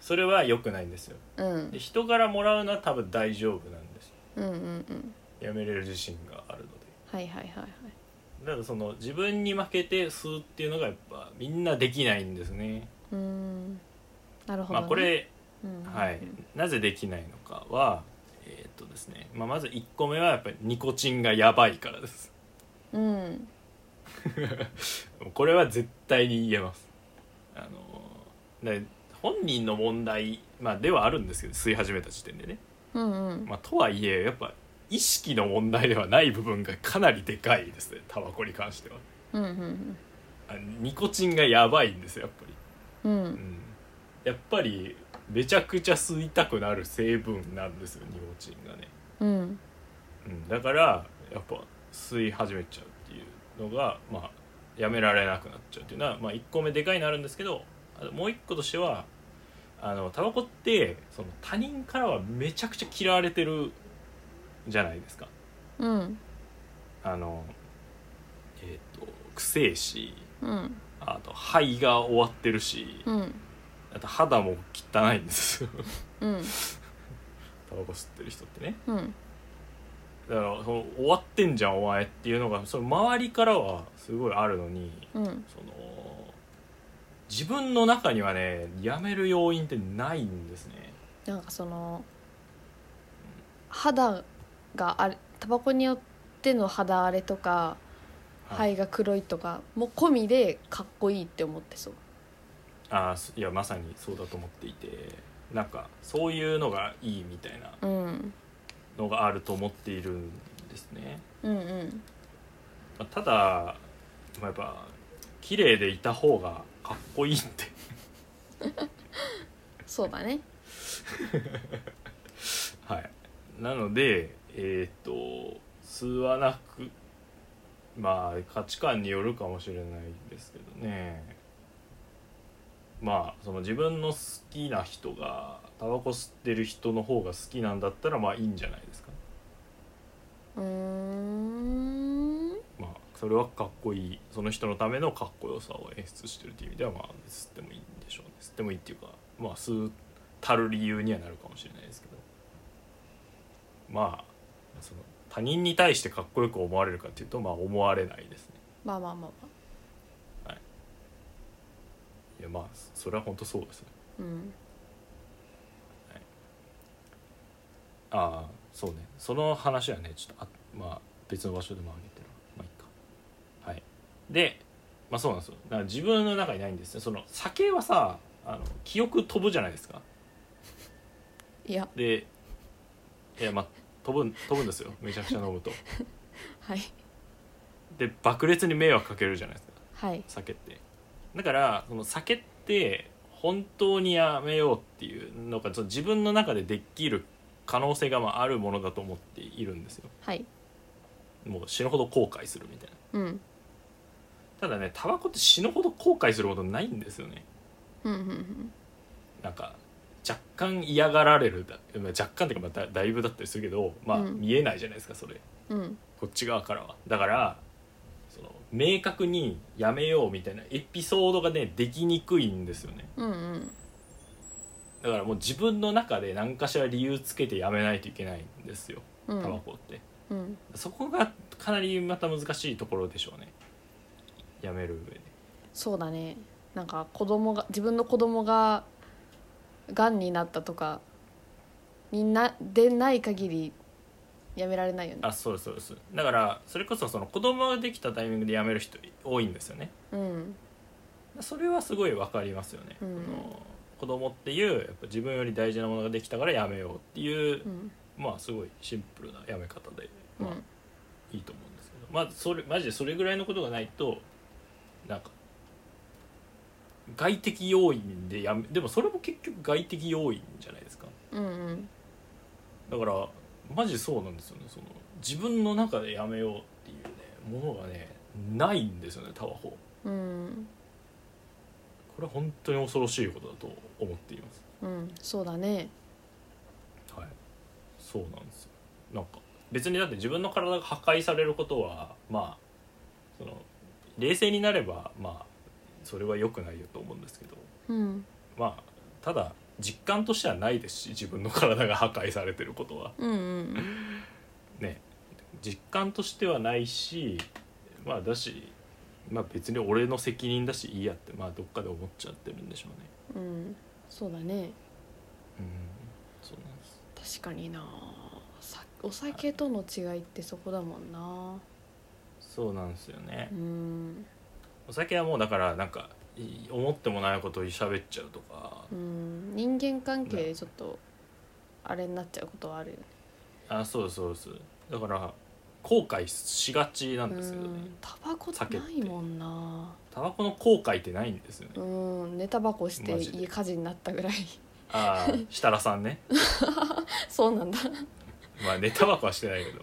Speaker 1: それは良くないんですよ
Speaker 2: うん
Speaker 1: で人からもらうのは多分大丈夫なんです
Speaker 2: うんうんうん
Speaker 1: やめれる自信があるので
Speaker 2: はいはいはいはい
Speaker 1: だからその自分に負けて吸うっていうのがやっぱみんなできないんですね
Speaker 2: うーんなるほど、
Speaker 1: ま
Speaker 2: ね
Speaker 1: あこれ、
Speaker 2: うん
Speaker 1: はい、なぜできないのかはえーっとですね、まあ、まず1個目はやっぱりニコチンがやばいからです
Speaker 2: うん
Speaker 1: もうこれは絶対に言えますあので本人の問題、まあ、ではあるんですけど吸い始めた時点でね、
Speaker 2: うんうん
Speaker 1: まあ、とはいえやっぱ意識の問題ではない部分がかなりでかいですねタバコに関しては
Speaker 2: うんうん
Speaker 1: あニコチンがやばいんですよやっぱり、
Speaker 2: う
Speaker 1: うんん、やっぱりめちゃくちゃ吸いたくなる成分なんですよニコチンがね、
Speaker 2: うん
Speaker 1: うん、だからやっぱ吸い始めちゃうっていうのがまあやめられなくなっちゃうっていうのは、まあ、1個目でかいのあるんですけどあともう1個としてはあのタバコってその他人からはめちゃくちゃ嫌われてるじゃないですか
Speaker 2: うん
Speaker 1: あのえっ、とくせえし
Speaker 2: うん
Speaker 1: あと肺が終わってるし
Speaker 2: うん
Speaker 1: あと肌も汚いんですよ
Speaker 2: うん
Speaker 1: タバコ吸ってる人ってね
Speaker 2: うん
Speaker 1: だからその終わってんじゃんお前っていうのがその周りからはすごいあるのに
Speaker 2: うん
Speaker 1: その自分の中にはねやめる要因ってないんですね
Speaker 2: なんかその肌があれタバコによっての肌荒れとか
Speaker 1: はい
Speaker 2: 肺が黒いとかも込みでかっこいいって思ってそう
Speaker 1: ああすいやまさにそうだと思っていてなんかそういうのがいいみたいな
Speaker 2: うん
Speaker 1: のがあると思っているんですね、
Speaker 2: うんうん
Speaker 1: まあただ、まあ、やっぱ綺麗でいた方がかっこいいって
Speaker 2: そうだね
Speaker 1: はいなのでえっ、と吸わなくまあ価値観によるかもしれないですけどねまあその自分の好きな人がタバコ吸ってる人の方が好きなんだったらまあいいんじゃないですか
Speaker 2: うーん
Speaker 1: まあそれはかっこいいその人のためのかっこよさを演出してるっていう意味ではまあ吸ってもいいんでしょうね吸ってもいいっていうかまあ吸うたる理由にはなるかもしれないですけどまあその他人に対してかっこよく思われるかっていうとまあ思われないですね
Speaker 2: まあまあまあまあ
Speaker 1: いやまあそれは本当そうですね
Speaker 2: うん
Speaker 1: ああそうねその話はねちょっとあまあ別の場所でもあげてるまあいいかはいでまあそうなんですよだから自分の中にないんですねその酒はさあの記憶飛ぶじゃないですか
Speaker 2: いや
Speaker 1: でいやまあ飛ぶ飛ぶんですよめちゃくちゃ飲むと
Speaker 2: はい
Speaker 1: で爆裂に迷惑かけるじゃないですか
Speaker 2: はい
Speaker 1: 酒ってだからその酒って本当にやめようっていうのがその自分の中でできる可能性がまああるものだと思っているんですよ
Speaker 2: はい
Speaker 1: もう死ぬほど後悔するみたいな
Speaker 2: うん
Speaker 1: ただねタバコって死ぬほど後悔することないんですよね
Speaker 2: うんうんうん
Speaker 1: なんか若干嫌がられるだまあ若干っていうかまあだだいぶだったりするけどまあ
Speaker 2: うん
Speaker 1: 見えないじゃないですかそれ
Speaker 2: うん
Speaker 1: こっち側からはだからその明確にやめようみたいなエピソードがねできにくいんですよね
Speaker 2: うんうん
Speaker 1: だからもう自分の中で何かしら理由つけてやめないといけないんですよ
Speaker 2: う
Speaker 1: タバ
Speaker 2: ん
Speaker 1: コって、
Speaker 2: うん
Speaker 1: そこがかなりまた難しいところでしょうねやめる上で
Speaker 2: そうだねなんか子供が自分の子供ががんになったとかになでない限りやめられないよね
Speaker 1: あそうですそうですだからそれこそその子供ができたタイミングで辞める人多いんですよね
Speaker 2: うん
Speaker 1: それはすごい分かりますよね、
Speaker 2: うん
Speaker 1: その子供っていうやっぱ自分より大事なものができたからやめようっていう、
Speaker 2: うん
Speaker 1: まあすごいシンプルなやめ方で、
Speaker 2: う
Speaker 1: まあ
Speaker 2: ん
Speaker 1: いいと思うんですけどまあそれマジでそれぐらいのことがないとなんか外的要因でやめでもそれも結局外的要因じゃないですか
Speaker 2: うんうん
Speaker 1: だからマジそうなんですよねその自分の中でやめようっていうねものがねないんですよねタバコこ
Speaker 2: うん
Speaker 1: れは本当に恐ろしいことだと思っています
Speaker 2: うんそうだね
Speaker 1: はいそうなんですよなんか別にだって自分の体が破壊されることはまあその冷静になればまあそれは良くないよと思うんですけど
Speaker 2: うん
Speaker 1: まあただ実感としてはないですし自分の体が破壊されてることは
Speaker 2: うんうん
Speaker 1: ね実感としてはないしまあだしまあ別に俺の責任だしいいやってまあどっかで思っちゃってるんでしょうね
Speaker 2: うんそうだね
Speaker 1: うんそうなんです
Speaker 2: 確かになお酒との違いってそこだもんな
Speaker 1: そうなんですよね
Speaker 2: うん
Speaker 1: お酒はもうだからなんかい思ってもないことを喋っちゃうとか
Speaker 2: うん人間関係でちょっとあれになっちゃうことはあるよね
Speaker 1: あそうですそうですだから後悔しがちなんですけど
Speaker 2: う
Speaker 1: ね
Speaker 2: んタバコってないもんな
Speaker 1: タバコの後悔ってないんですよね
Speaker 2: うん寝タバコして
Speaker 1: マジで
Speaker 2: 家火事になったぐらい
Speaker 1: ああ設楽さんね
Speaker 2: そうなんだ
Speaker 1: まあ寝タバコはしてないけど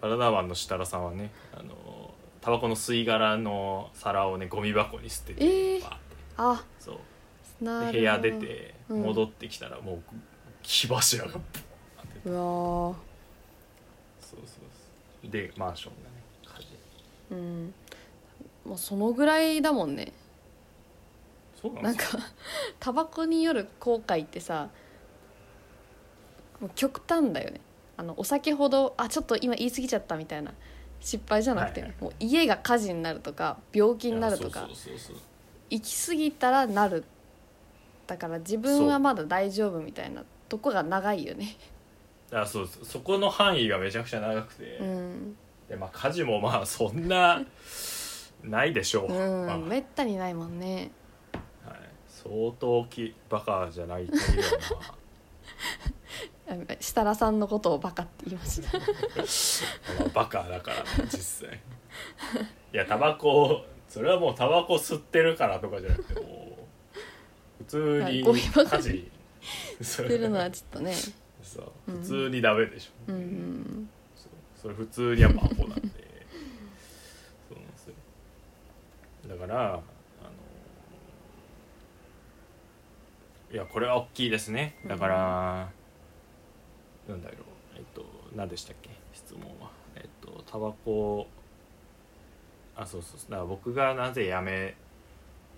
Speaker 1: バラダーマンの設楽さんはねあのタバコの吸い殻の皿をねゴミ箱に捨てて、
Speaker 2: えー
Speaker 1: バーって
Speaker 2: あ
Speaker 1: そう
Speaker 2: なるほ
Speaker 1: で
Speaker 2: ど
Speaker 1: 部屋出て
Speaker 2: うん
Speaker 1: 戻ってきたらもう火柱がブワーって
Speaker 2: うわー
Speaker 1: そうそうそうでマンションがね火事
Speaker 2: うんもうそのぐらいだもんね
Speaker 1: そうな
Speaker 2: なんん
Speaker 1: です
Speaker 2: か
Speaker 1: よ
Speaker 2: タバコによる後悔ってさもう極端だよねあのお酒ほどあちょっと今言い過ぎちゃったみたいな失敗じゃなくて、
Speaker 1: はいはい
Speaker 2: もう家が火事になるとか病気になると
Speaker 1: い
Speaker 2: か
Speaker 1: やそうそうそうそう
Speaker 2: 行き過ぎたらなるだから自分はまだ大丈夫みたいなとこが長いよね
Speaker 1: あそうそうそこの範囲がめちゃくちゃ長くて、
Speaker 2: うん、
Speaker 1: でまあ家事もまあそん なないでしょう、
Speaker 2: うん
Speaker 1: まあ
Speaker 2: めったにないもんね
Speaker 1: はい、相当きバカじゃない限りはまあ
Speaker 2: あ設楽さんのことをバカって言い ました
Speaker 1: まあバカだからね実 際いやタバコそれはもうタバコ吸ってるからとかじゃなくてもう普通
Speaker 2: はい
Speaker 1: に
Speaker 2: ゴミ箱に
Speaker 1: 家 事吸
Speaker 2: 言ってるのはちょっとね
Speaker 1: そう
Speaker 2: うん
Speaker 1: 普通にダメでしょ、
Speaker 2: うんうん
Speaker 1: そうそれ普通にやっぱアホなんで そうなんですよだからあのいやこれは大きいですねだから、なんだろうえっと何でしたっけ質問はえっとタバコをあそうそうそうだから僕がなぜやめ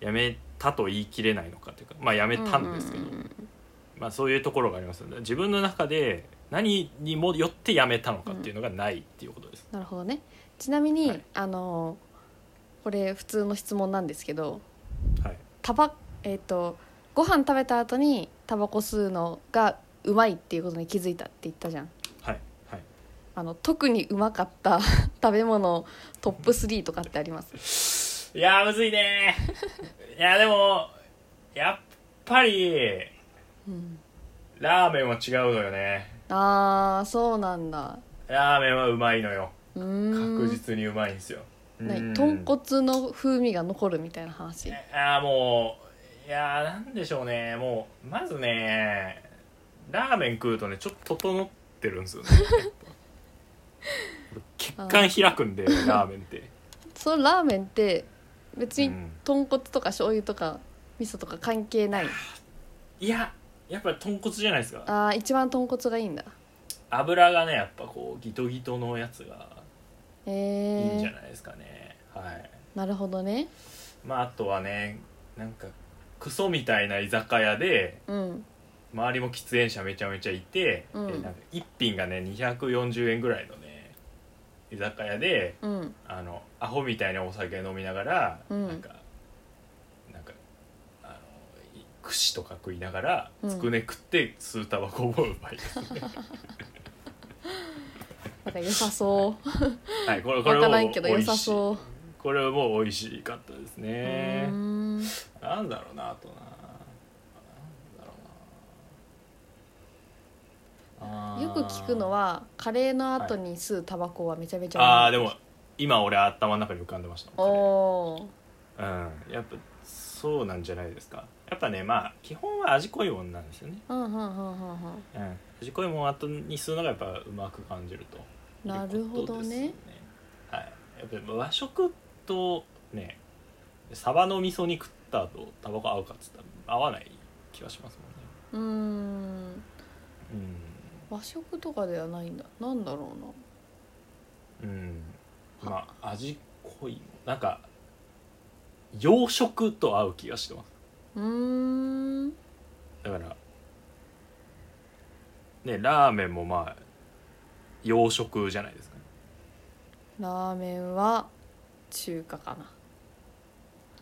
Speaker 1: やめたと言い切れないのかというかまあやめたんですけど、
Speaker 2: ううん
Speaker 1: まあ、そういうところがありますよね自分の中で何にもよってやめたのかっていうのがないっていうことです、
Speaker 2: なるほどねちなみに、
Speaker 1: はい
Speaker 2: あのこれ普通の質問なんですけど
Speaker 1: はい
Speaker 2: タバえっ、とご飯食べた後にタバコ吸うのがうまいっていうことに気づいたって言ったじゃん
Speaker 1: はいはい
Speaker 2: あの特にうまかった 食べ物トップ3とかってあります
Speaker 1: いやーむずい ねーいやでもやっぱり
Speaker 2: うん
Speaker 1: ラーメンは違うのよね
Speaker 2: あーそうなんだ
Speaker 1: ラーメンはうまいのよ
Speaker 2: うーん
Speaker 1: 確実にうまいんですようん
Speaker 2: 何豚骨の風味が残るみたいな話
Speaker 1: ああもういやーなんでしょうねもうまずねラーメン食うとねちょっと整ってるんですよね血管開くんでラーメンって
Speaker 2: そのラーメンって別に
Speaker 1: うん
Speaker 2: 豚骨とか醤油とか味噌とか関係ない
Speaker 1: いややっぱり豚骨じゃないですか
Speaker 2: あー一番豚骨がいいんだ
Speaker 1: 油がねやっぱこうギトギトのやつが
Speaker 2: へ
Speaker 1: いいん
Speaker 2: え
Speaker 1: じゃないですかね、はい
Speaker 2: なるほどね
Speaker 1: まああとはねなんかクソみたいな居酒屋で
Speaker 2: うん
Speaker 1: 周りも喫煙者めちゃめちゃいて、
Speaker 2: うん
Speaker 1: えーなんか一品がね240円ぐらいのね居酒屋で
Speaker 2: うん
Speaker 1: あのアホみたいなお酒飲みながら、
Speaker 2: うん
Speaker 1: なんかなんかあのい串とか食いながら
Speaker 2: うん
Speaker 1: つくね食って吸うタバコもうまいで す、
Speaker 2: なんか良さそう
Speaker 1: はいこれこ
Speaker 2: わ
Speaker 1: れ
Speaker 2: か
Speaker 1: も
Speaker 2: ら
Speaker 1: 美
Speaker 2: んけど良
Speaker 1: 味
Speaker 2: さ
Speaker 1: しい
Speaker 2: そう
Speaker 1: これも美味しかったです
Speaker 2: う
Speaker 1: ね
Speaker 2: ーん
Speaker 1: なんだろうなあとななんだろうなあー
Speaker 2: よく聞くのはカレーの後に吸うタバコはめちゃめちゃうまい
Speaker 1: ああでも今俺頭の中に浮かんでました
Speaker 2: お
Speaker 1: うん
Speaker 2: お
Speaker 1: やっぱそうなんじゃないですかやっぱねまあ基本は味濃いもんなんですよね、
Speaker 2: うんうんうんうんう
Speaker 1: う
Speaker 2: ん
Speaker 1: ん、味濃いもん後に吸うのがやっぱうまく感じると
Speaker 2: なる
Speaker 1: いう
Speaker 2: ほどね
Speaker 1: ことですはいやっぱり和食とねサバの味噌に食った後タバコ合うかっつったら合わない気がします
Speaker 2: うーん
Speaker 1: もんね
Speaker 2: 和食とかではないんだなんだろうな
Speaker 1: うんうんまあ味濃いなんか洋食と合う気がしてます
Speaker 2: うーん
Speaker 1: だからねラーメンもまあ洋食じゃないですか、ね、
Speaker 2: ラーメンは中華かな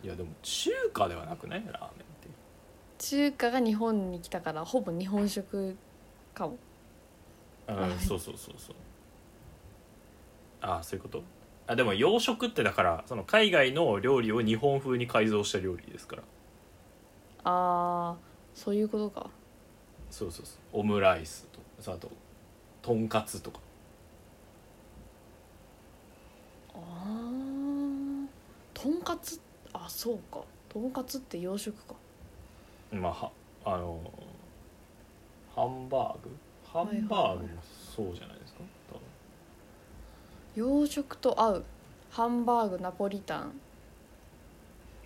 Speaker 2: い
Speaker 1: やでも中華ではなくないラーメンって
Speaker 2: 中華が日本に来たからほぼ日本食かも
Speaker 1: うん
Speaker 2: はい
Speaker 1: そうそうそうそうああそういうことあでも洋食ってだからその海外の料理を日本風に改造した料理ですから
Speaker 2: あーそういうことか
Speaker 1: そうそうそうオムライスとそうあととんかつとか
Speaker 2: あーとんかつあそうかとんかつって洋食か
Speaker 1: まあはあのハンバーグハンバーグもそうじゃないですか多分
Speaker 2: 洋食と合うハンバーグナポリタン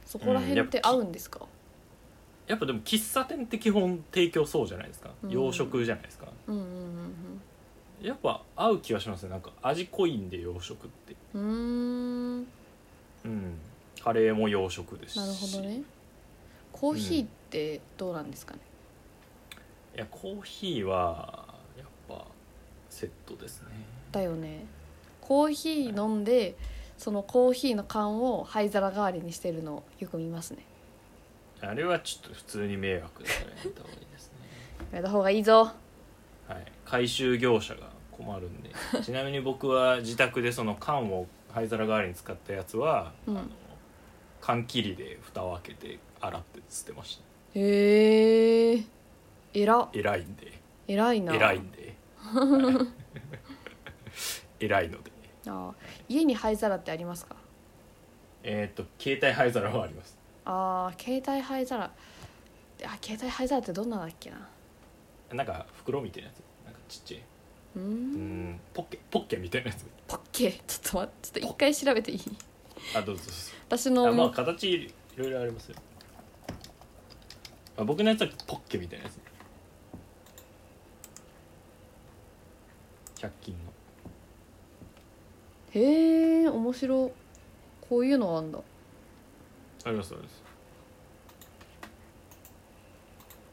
Speaker 2: そこら辺って合うんですか、
Speaker 1: やっぱでも喫茶店って基本提供そうじゃないですか
Speaker 2: うん
Speaker 1: 洋食じゃないですか、
Speaker 2: うんうん
Speaker 1: やっぱ合う気はしますねなんか味濃いんで洋食って
Speaker 2: うんうんうーん
Speaker 1: うんカレーも洋食ですし
Speaker 2: なるほどねコーヒーってどうなんですかね、
Speaker 1: いやコーヒーはやっぱセットですね
Speaker 2: だよねコーヒー飲んでそのコーヒーの缶を灰皿代わりにしてるのよく見ますね
Speaker 1: あれはちょっと普通に迷惑だからやめた方がいいです ね
Speaker 2: やった方がいいぞ
Speaker 1: はい回収業者が困るんでちなみに僕は自宅でその缶を灰皿代わりに使ったやつは、
Speaker 2: うん
Speaker 1: あの缶切りで蓋を開けて洗って捨てました
Speaker 2: へええら
Speaker 1: 偉いんで
Speaker 2: 偉いな
Speaker 1: 偉いんではい偉いので
Speaker 2: あー家に灰皿ってありますか
Speaker 1: えーっと携帯灰皿はあります
Speaker 2: あー携帯灰皿あ携帯灰皿ってどんなだっけな
Speaker 1: なんか袋みたいなやつなんかちっちゃいう
Speaker 2: ー
Speaker 1: うんんポッケポッケみたいなやつ
Speaker 2: ポッケちょっと待ってちょっと一回調べていい
Speaker 1: あどうぞどうぞ
Speaker 2: 私
Speaker 1: あ
Speaker 2: の
Speaker 1: まあ形いろいろありますよあ僕のやつはポッケみたいなやつ100均の
Speaker 2: へえ面白いこういうのあんだ
Speaker 1: ありますあります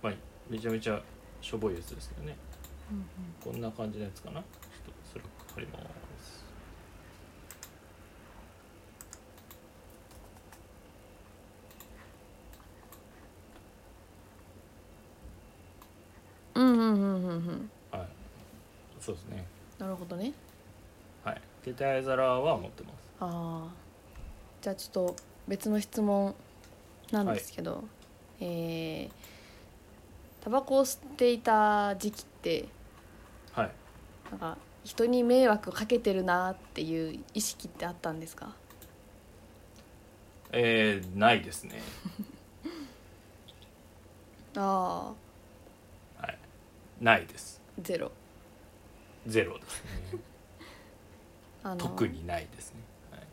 Speaker 1: まあめちゃめちゃしょぼいやつですけどね、こんな感じのやつかなちょっとそれ貼ります
Speaker 2: うんうんうんうんうん
Speaker 1: はいそうですね
Speaker 2: なるほどね
Speaker 1: はい携帯灰皿は持ってます
Speaker 2: ああじゃあちょっと別の質問なんですけど、えータバコを吸っていた時期って
Speaker 1: はい
Speaker 2: なんか人に迷惑かけてるなっていう意識ってあったんですか
Speaker 1: えー、ないですね
Speaker 2: ああ
Speaker 1: はいないです
Speaker 2: ゼロ
Speaker 1: ゼロですね
Speaker 2: あの
Speaker 1: 特にないですね、はい、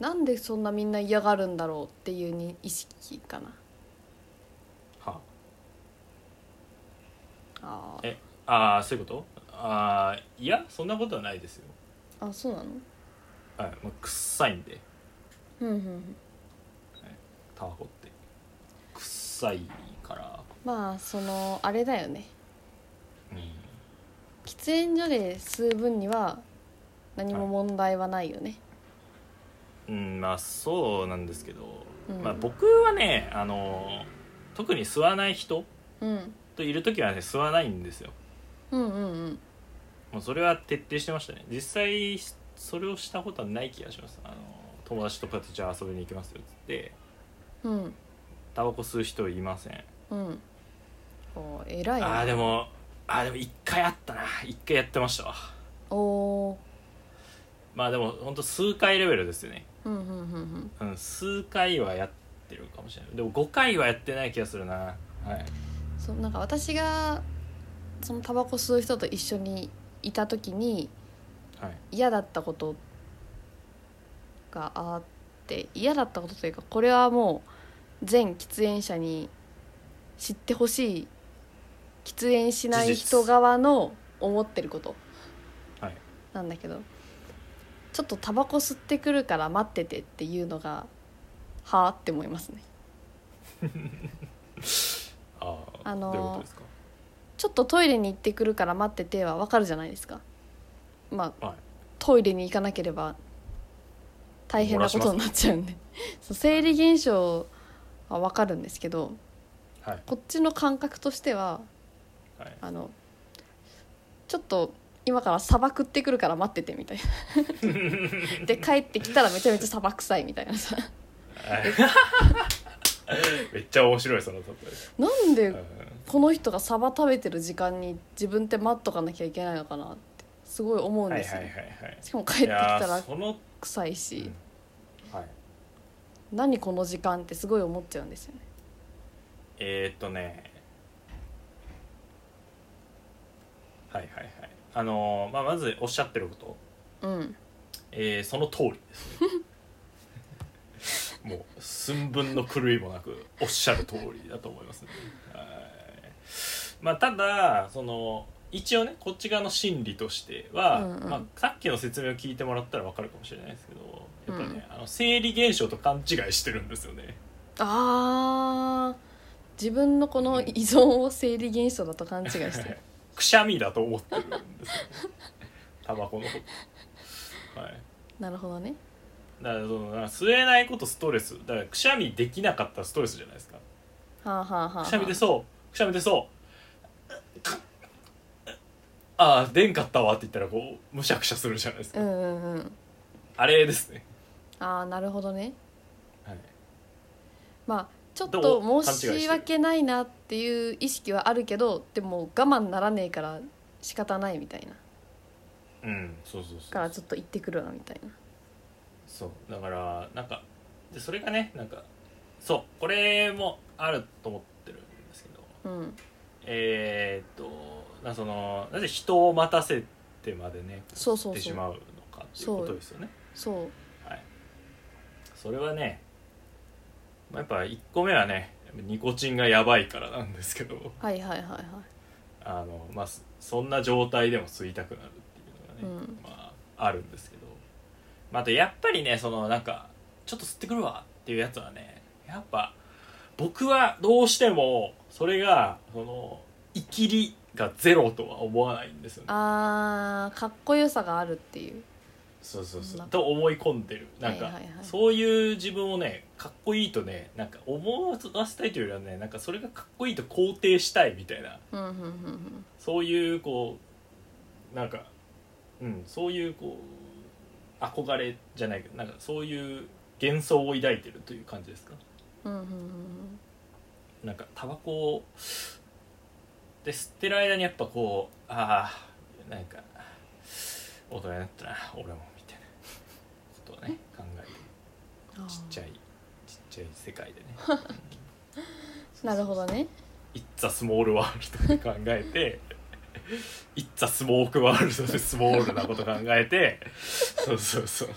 Speaker 2: なんでそんなみんな嫌がるんだろうっていうに意識かな
Speaker 1: は
Speaker 2: あー
Speaker 1: えああそういうことああいやそんなことはないですよ
Speaker 2: あそうなの
Speaker 1: はいまあ臭いんで
Speaker 2: うんうんうん
Speaker 1: タバコって臭いから
Speaker 2: まあそのあれだよね
Speaker 1: うん
Speaker 2: 喫煙所で吸う分には何も問題はないよね、
Speaker 1: うんまあそうなんですけど、
Speaker 2: うん
Speaker 1: まあ、僕はねあの特に吸わない人
Speaker 2: うん、
Speaker 1: といる時はね吸わないんですよ
Speaker 2: うんうんうん
Speaker 1: もうそれは徹底してましたね実際それをしたことはない気がしますあの友達とこうやってじゃあ遊びに行きますよっつって
Speaker 2: うん
Speaker 1: タバコ吸う人いません
Speaker 2: うんおー偉い
Speaker 1: あー
Speaker 2: な
Speaker 1: でもあーでも一回あったな一回やってましたわ
Speaker 2: おー
Speaker 1: まあでも本当数回レベルですよね
Speaker 2: うんうんうんうん
Speaker 1: うん数回はやってるかもしれないでも5回はやってない気がするなはい
Speaker 2: そうなんか私がそのタバコ吸う人と一緒にいた時に
Speaker 1: はい
Speaker 2: 嫌だったことがあって嫌だったことというかこれはもう全喫煙者に知ってほしい喫煙しない人側の思ってること
Speaker 1: はい
Speaker 2: なんだけどちょっとタバコ吸ってくるから待っててっていうのがはあって思いますね
Speaker 1: ああ、
Speaker 2: あのー
Speaker 1: どういうことですか
Speaker 2: ちょっとトイレに行ってくるから待っててはわかるじゃないですかまあ、
Speaker 1: はい
Speaker 2: トイレに行かなければ大変なことになっちゃうんでそう生理現象はわかるんですけど
Speaker 1: はい
Speaker 2: こっちの感覚としては
Speaker 1: はい
Speaker 2: あのちょっと今から砂漠ってくるから待っててみたい なで帰ってきたらめちゃめちゃ砂漠臭いみたいなさ
Speaker 1: めっちゃ面白いその例
Speaker 2: なん
Speaker 1: え、
Speaker 2: で
Speaker 1: う
Speaker 2: この人がサバ食べてる時間に自分って待っとかなきゃいけないのかなってすごい思うん
Speaker 1: ん、はいはい
Speaker 2: で
Speaker 1: は
Speaker 2: す
Speaker 1: い
Speaker 2: よ、
Speaker 1: はい
Speaker 2: しかも帰ってきた
Speaker 1: いや
Speaker 2: ら
Speaker 1: ーその、
Speaker 2: 臭いし、
Speaker 1: はい、
Speaker 2: 何この時間ってすごい思っちゃうんですよね
Speaker 1: えー、っとねはいはいはいあのーまあ、まずおっしゃってること、
Speaker 2: うん
Speaker 1: えーその通りです ねもう寸分の狂いもなくおっしゃる通りだと思いますねはいまあただその一応ねこっち側の心理としては、
Speaker 2: うんうん
Speaker 1: まあ、さっきの説明を聞いてもらったらわかるかもしれないですけどやっぱね、あの生理現象と勘違いしてるんですよね
Speaker 2: あー自分のこの依存を生理現象だと勘違いして る
Speaker 1: くしゃみだと思ってるんですよ、 タバコのことはい
Speaker 2: なるほどね
Speaker 1: だからそのなんか吸えないことストレスだからくしゃみできなかったらストレスじゃないですか
Speaker 2: はあはあはあ、はあ、
Speaker 1: くしゃみ出そうくしゃみ出そうああ出んかったわって言ったらこうむしゃくしゃするじゃないですか、
Speaker 2: うんうんうん
Speaker 1: あれですね、
Speaker 2: ああなるほどね
Speaker 1: はい、
Speaker 2: まあちょっ
Speaker 1: ど
Speaker 2: と
Speaker 1: う勘違いしてる
Speaker 2: 申し訳ないなっていう意識はあるけどでも我慢ならねえから仕方ないみたいな
Speaker 1: うんそうそうそう
Speaker 2: からちょっと行ってくるわみたいな
Speaker 1: そうだからなんかでそれがねなんかそうこれもあると思ってるんですけど
Speaker 2: うん
Speaker 1: えーっとなそのなぜ人を待たせてまでね
Speaker 2: そうそ
Speaker 1: っ
Speaker 2: う
Speaker 1: てし
Speaker 2: そう
Speaker 1: まうのかっていうことですよね
Speaker 2: そう
Speaker 1: はいそれはねまあやっぱ1個目はねニコチンがやばいからなんですけど
Speaker 2: はいはいはいはい
Speaker 1: あの、まあ、そそんな状態でも吸いたくなるっていうのがね、
Speaker 2: うん
Speaker 1: まあ、あるんですけど、まあ、あとやっぱりねそのなんかちょっと吸ってくるわっていうやつはねやっぱ僕はどうしてもそれがその「生きり」がゼロとは思わないんですよね。
Speaker 2: あーかっこよさがあるっていう
Speaker 1: そうそう
Speaker 2: そん
Speaker 1: そ
Speaker 2: な
Speaker 1: うと思い込んでるなんか、
Speaker 2: はいはいはい
Speaker 1: そういう自分をねかっこいいとねなんか思わせたいというよりはねなんかそれがかっこいいと肯定したいみたいな
Speaker 2: うんうんうんうん
Speaker 1: そういうこうなんか、うん、そういうこう憧れじゃないけどなんかそういう幻想を抱いてるという感じですか
Speaker 2: うんうんうん
Speaker 1: なんかタバコをで吸ってる間にやっぱこうああなんか大人になったな俺もみたいなことをね考えて
Speaker 2: あー
Speaker 1: ちっちゃいちっちゃい世界でねうん
Speaker 2: なるほどね
Speaker 1: 「It's a small world」って考えて 「It's a smoke world」でスモールなこと考えてそうそう そう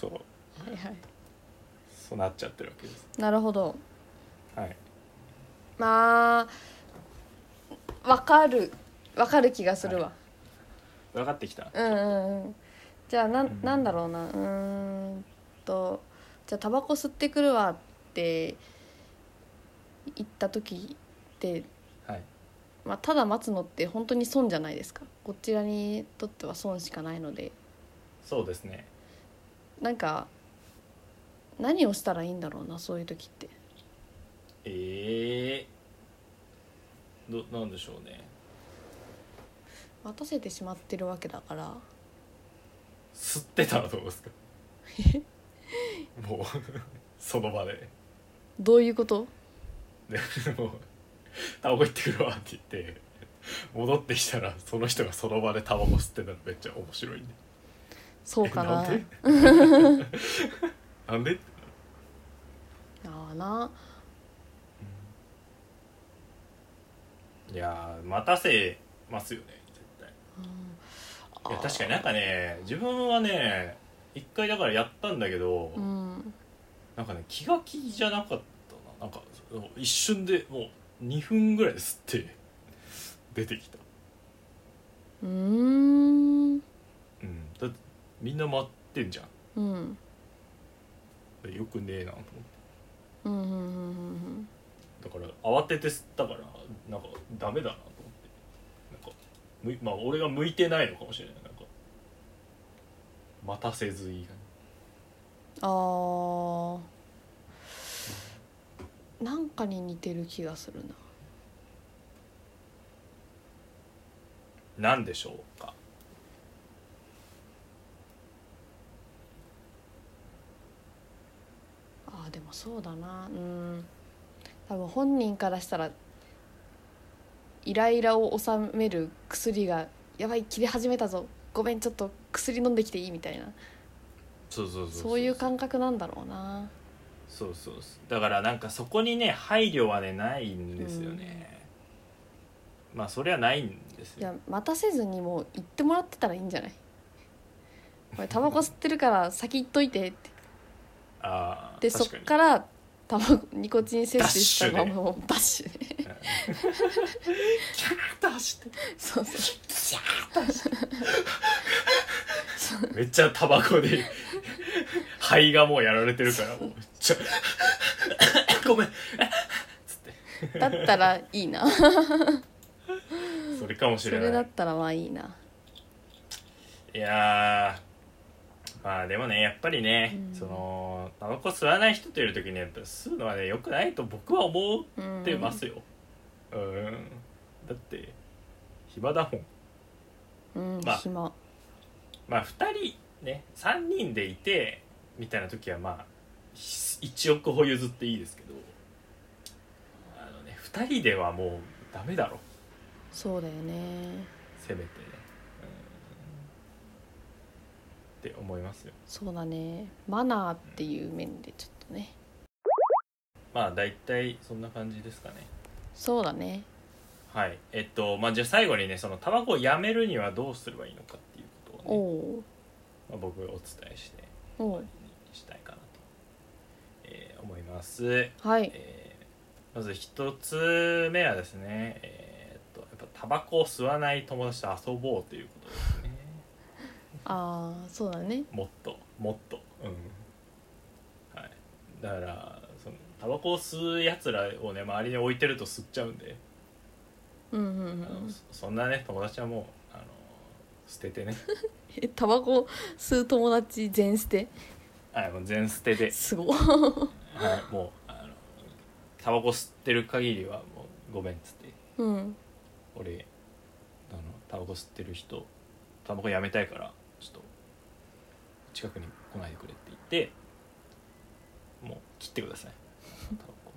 Speaker 1: そう
Speaker 2: はいはい
Speaker 1: そうなっちゃってるわけです
Speaker 2: なるほど
Speaker 1: はい
Speaker 2: まあわかるわかる気がするわ、
Speaker 1: 分かってきた
Speaker 2: うんうんうんじゃあな
Speaker 1: うん
Speaker 2: んなんだろうなうーんとじゃあタバコ吸ってくるわって言った時って、
Speaker 1: はい
Speaker 2: まあ、ただ待つのって本当に損じゃないですかこちらにとっては損しかないので
Speaker 1: そうですね
Speaker 2: なんか何をしたらいいんだろうなそういう時って
Speaker 1: ええどなんでしょうね
Speaker 2: 待たせてしまってるわけだから
Speaker 1: 吸ってたらどうですかもうその場で
Speaker 2: どういうこと
Speaker 1: でもうタバコ行ってくるわって言って戻ってきたらその人がその場でタバコ吸ってたらめっちゃ面白いんで
Speaker 2: そうかな
Speaker 1: なんで なんで
Speaker 2: ああない
Speaker 1: やー待たせますよね絶対
Speaker 2: うん
Speaker 1: いや確かになんかね自分はね一回だからやったんだけど、
Speaker 2: うん
Speaker 1: なんかね気が気じゃなかったななんかその一瞬でもう2分ぐらいで吸って出てきた
Speaker 2: うーん
Speaker 1: うんだってみんな待ってんじゃ
Speaker 2: うん
Speaker 1: んよくねえなと思って。
Speaker 2: うんうんうんうん
Speaker 1: だから慌てて吸ったからなんかダメだなと思ってなんかむいまあ俺が向いてないのかもしれないなんか待たせず以
Speaker 2: あーなんかに似てる気がするな
Speaker 1: 何でしょうか
Speaker 2: あーでもそうだなうん多分本人からしたらイライラを収める薬がやばい切れ始めたぞごめんちょっと薬飲んできていいみたいな
Speaker 1: そうそうそうそう
Speaker 2: そういう感覚なんだろうな
Speaker 1: そうそうそうだからなんかそこにね配慮はねないんですよね、まあそれはないんです
Speaker 2: い
Speaker 1: よ
Speaker 2: や待たせずにもう行ってもらってたらいいんじゃないこれタバコ吸って るから先行っといてって
Speaker 1: ああ
Speaker 2: でそっからタバコニコチン摂取した
Speaker 1: ダッシ
Speaker 2: ま
Speaker 1: ュで
Speaker 2: まもうバッシュで
Speaker 1: キャーッと走って
Speaker 2: そうそう
Speaker 1: キャーッと走 ってめっちゃタバコで肺がもうやられてるからもうちょ ごめんつって
Speaker 2: だったらいいな
Speaker 1: それかもし
Speaker 2: そ
Speaker 1: れ
Speaker 2: れ
Speaker 1: な
Speaker 2: だ
Speaker 1: い
Speaker 2: ったらまあいいない
Speaker 1: やーまあでもねやっぱりね、
Speaker 2: うん
Speaker 1: そのタバコ吸わない人といる時にやっぱ吸うのはねよくないと僕は思
Speaker 2: うん
Speaker 1: ってますようんだって暇だもん
Speaker 2: うん、
Speaker 1: まあ
Speaker 2: 暇
Speaker 1: まあ2人ね3人でいてみたいな時はまあ1億歩譲っていいですけどあのね2人ではもうダメだろ
Speaker 2: そうだよね
Speaker 1: せめてねうんって思いますよ
Speaker 2: そうだねマナーっていう面でちょっとね
Speaker 1: まあ大体そんな感じですかね
Speaker 2: そうだね
Speaker 1: はいえっとまあじゃあ最後にねそのタバコをやめるにはどうすればいいのかっていうこと
Speaker 2: お
Speaker 1: をね、
Speaker 2: う
Speaker 1: まあ、僕お伝えして
Speaker 2: おう
Speaker 1: したいかなと、えー思います
Speaker 2: はい
Speaker 1: えーまず一つ目はですね、えーっとやっぱタバコを吸わない友達と遊ぼうということですね
Speaker 2: ああそうだね
Speaker 1: もっともっとうんはいだからそのタバコを吸うやつらをね周りに置いてると吸っちゃうんで、
Speaker 2: うんうんう
Speaker 1: あの
Speaker 2: ん
Speaker 1: そそんなね友達はもうあの捨ててね
Speaker 2: えタバコ吸う友達全捨て
Speaker 1: はいもう全捨てで、
Speaker 2: すごい
Speaker 1: はい、もうあのタバコ吸ってる限りはもうごめんっつって
Speaker 2: うん
Speaker 1: 俺あのタバコ吸ってる人タバコやめたいからちょっと近くに来ないでくれって言ってもう切ってくださいタバコ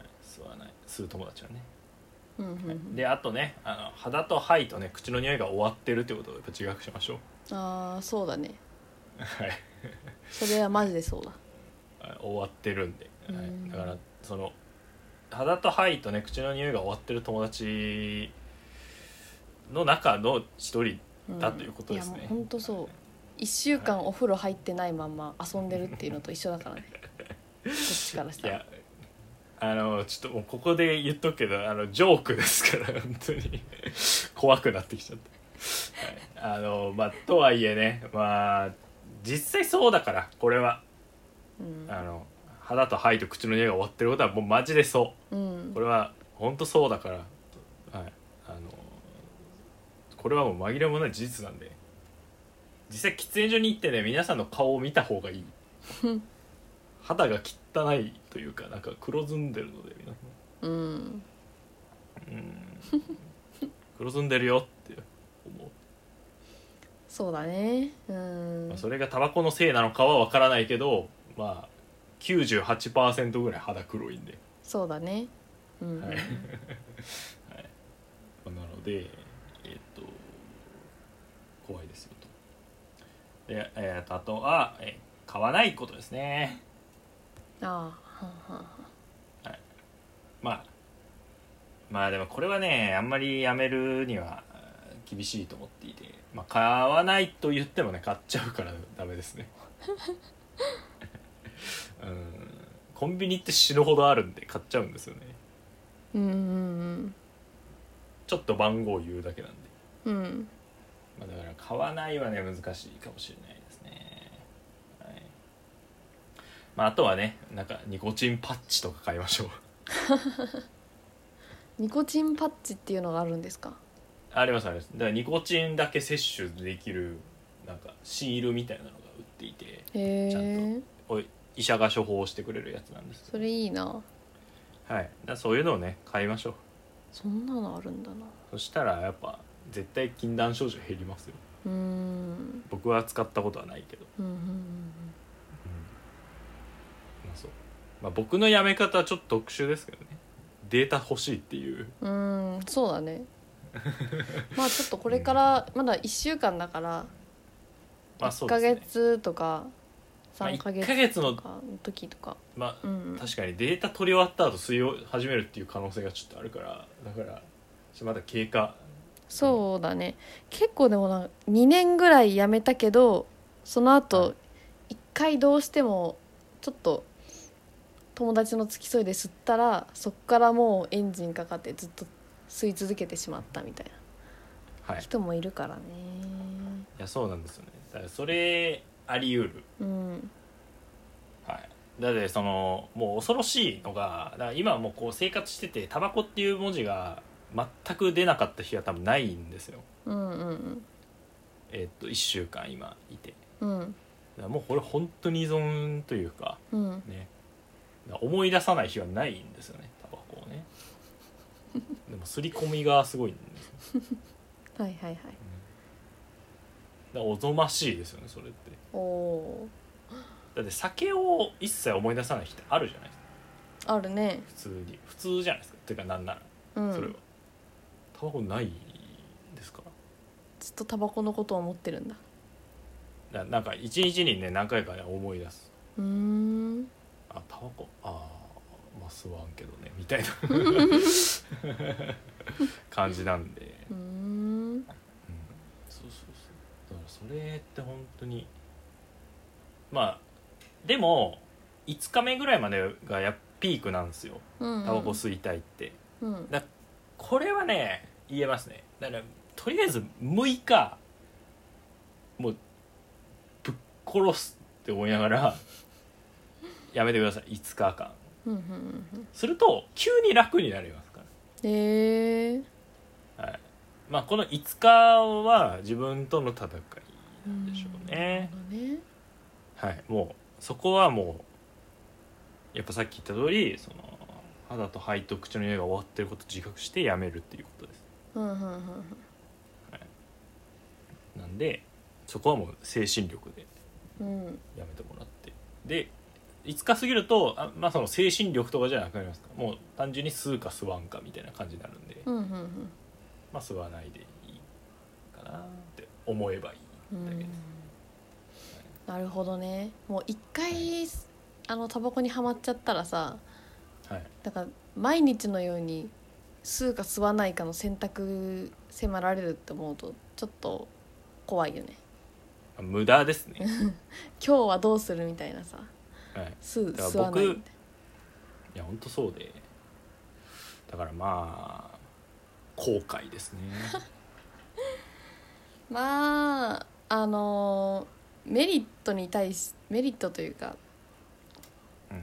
Speaker 1: はい吸わない吸う友達はね、
Speaker 2: うんうんうん
Speaker 1: であとねあの肌と肺とね口の匂いが終わってるってことをやっぱ自覚しましょう
Speaker 2: ああそうだね
Speaker 1: はい
Speaker 2: それはマジでそうだ
Speaker 1: はい終わってるんで、は
Speaker 2: うん
Speaker 1: い、だからその肌と肺とね口の匂いが終わってる友達の中の一人
Speaker 2: うん
Speaker 1: だということですね
Speaker 2: いやもう本当そう1週間お風呂入ってないまんま遊んでるっていうのと一緒 だからねこっちからし
Speaker 1: い
Speaker 2: たら
Speaker 1: やあのちょっともうここで言っとくけどあのジョークですから本当に 怖くなってきちゃった、はい、あのまあとはいえねまあ実際そうだからこれは
Speaker 2: うん
Speaker 1: あの肌と肺と口の匂いが終わってることはもうマジでそううんこれは本当そうだから、はい、あのこれはもう紛れもない事実なんで実際喫煙所に行ってね皆さんの顔を見た方がいい
Speaker 2: うん
Speaker 1: 肌が汚いというかなんか黒ずんでるので皆さん
Speaker 2: うん
Speaker 1: うん黒ずんでるよって思う、
Speaker 2: そうだねうん
Speaker 1: まあ、それがタバコのせいなのかはわからないけどまあ98%ぐらい肌黒いんで、
Speaker 2: そうだねうん、
Speaker 1: はいはい、まあなのでえっと怖いですよとで、えーとあとは、えー買わないことですね
Speaker 2: ああはんはんはん
Speaker 1: まあまあでもこれはねあんまりやめるにはえー厳しいと思っていて、まあ、買わないと言ってもね買っちゃうからダメですね うんコンビニって死ぬほどあるんで買っちゃうんですよね
Speaker 2: うんうん
Speaker 1: ちょっと番号言うだけなんで、
Speaker 2: うんうん
Speaker 1: まあ、だから買わないはね難しいかもしれないですねはいまああとはねなんかニコチンパッチとか買いましょう
Speaker 2: ニコチンパッチっていうのがあるんですか
Speaker 1: ありますありますだからニコチンだけ摂取できるなんかシールみたいなのが売っていて
Speaker 2: へ
Speaker 1: ちゃ
Speaker 2: え
Speaker 1: んおい医者が処方してくれるやつなんです
Speaker 2: それいいな
Speaker 1: はいだからそういうのをね買いましょう
Speaker 2: そんなのあるんだな
Speaker 1: そしたらやっぱ絶対禁断症状減りますよ
Speaker 2: うんうん
Speaker 1: 僕は使ったことはないけど、
Speaker 2: うんうん
Speaker 1: まあそうまあ、僕のやめ方はちょっと特殊ですけどねデータ欲しいっていう
Speaker 2: うんそうだねまあちょっとこれからまだ1週間だから
Speaker 1: まあそ
Speaker 2: 1
Speaker 1: うで
Speaker 2: ヶ
Speaker 1: すね
Speaker 2: 月とか
Speaker 1: まあ
Speaker 2: 3ヶ月
Speaker 1: 1ヶ月の
Speaker 2: とかの時とか、
Speaker 1: まあ
Speaker 2: うんうん、
Speaker 1: 確かにデータ取り終わった後吸い始めるっていう可能性がちょっとあるからだからちょっとまだ経過
Speaker 2: そうだね結構でもな2年ぐらいやめたけどその
Speaker 1: は
Speaker 2: 後一1回どうしてもちょっと友達の付き添いで吸ったらそっからもうエンジンかかってずっと吸い続けてしまったみたい
Speaker 1: はい
Speaker 2: ない人もいるからね
Speaker 1: やそうなんですよねだからそれあり得る
Speaker 2: うん
Speaker 1: はい、だってそのもう恐ろしいのがだから今はもうこう生活しててタバコっていう文字が全く出なかった日は多分ないんですよ、
Speaker 2: うんうん
Speaker 1: えっと1週間今いてだ
Speaker 2: うんうん
Speaker 1: からもうこれ本当に依存というか
Speaker 2: うん
Speaker 1: ねだから思い出さない日はないんですよねタバコをねでも刷り込みがすごいんですよ
Speaker 2: はいはいはい
Speaker 1: だからおぞましいですよねそれって
Speaker 2: おお
Speaker 1: だって酒を一切思い出さない日ってあるじゃないで
Speaker 2: ーあるね
Speaker 1: すか普通に普通じゃないですかっていうかなんなら
Speaker 2: うん
Speaker 1: それは、タバコないですか
Speaker 2: ずっとタバコのことを思ってるんだ
Speaker 1: らななんか一日にね何回かね思い出す
Speaker 2: うーん
Speaker 1: あタバコあーまあ吸わんけどねみたいな 感じなんで、
Speaker 2: うーん
Speaker 1: うんそうそうそうだからそれって本当にまあでも5日目ぐらいまでがやっぱピークなんですよ
Speaker 2: うんうん
Speaker 1: タバコ吸いたいって、
Speaker 2: うん
Speaker 1: これはね言えますねだからとりあえず6日もうぶっ殺すって思いながら やめてください5日間
Speaker 2: うんうんうんうん
Speaker 1: すると急に楽になりますか
Speaker 2: へえ
Speaker 1: ら、はいまあ、この5日は自分との戦いなんでしょうね、
Speaker 2: ね
Speaker 1: はいもうそこはもうやっぱさっき言った通りその肌と肺と口の匂いが終わってることを自覚してやめるっていうことです
Speaker 2: うんうんうん
Speaker 1: なんでそこはもう精神力で
Speaker 2: うんうん
Speaker 1: やめてもらってで5日過ぎるとあ、まあ、その精神力とかじゃなくなりますからもう単純に吸うか吸わんかみたいな感じになるんで、
Speaker 2: うんうん
Speaker 1: まあ、吸わないでいいかなって思えばいい
Speaker 2: うん
Speaker 1: だ
Speaker 2: う
Speaker 1: けです
Speaker 2: ん、なるほどねもう一回あのタバコにはまっちゃったらさ
Speaker 1: はい、
Speaker 2: だから毎日のように吸うか吸わないかの選択迫られるって思うとちょっと怖いよね
Speaker 1: あ無駄ですね、
Speaker 2: 今日はどうするみたいなさ
Speaker 1: はい、
Speaker 2: 吸う
Speaker 1: だから
Speaker 2: 吸わないみ
Speaker 1: 僕
Speaker 2: たい
Speaker 1: いやほんとそうでだからまあ後悔です ね
Speaker 2: なまああのーメリットに対しメリットというか
Speaker 1: うん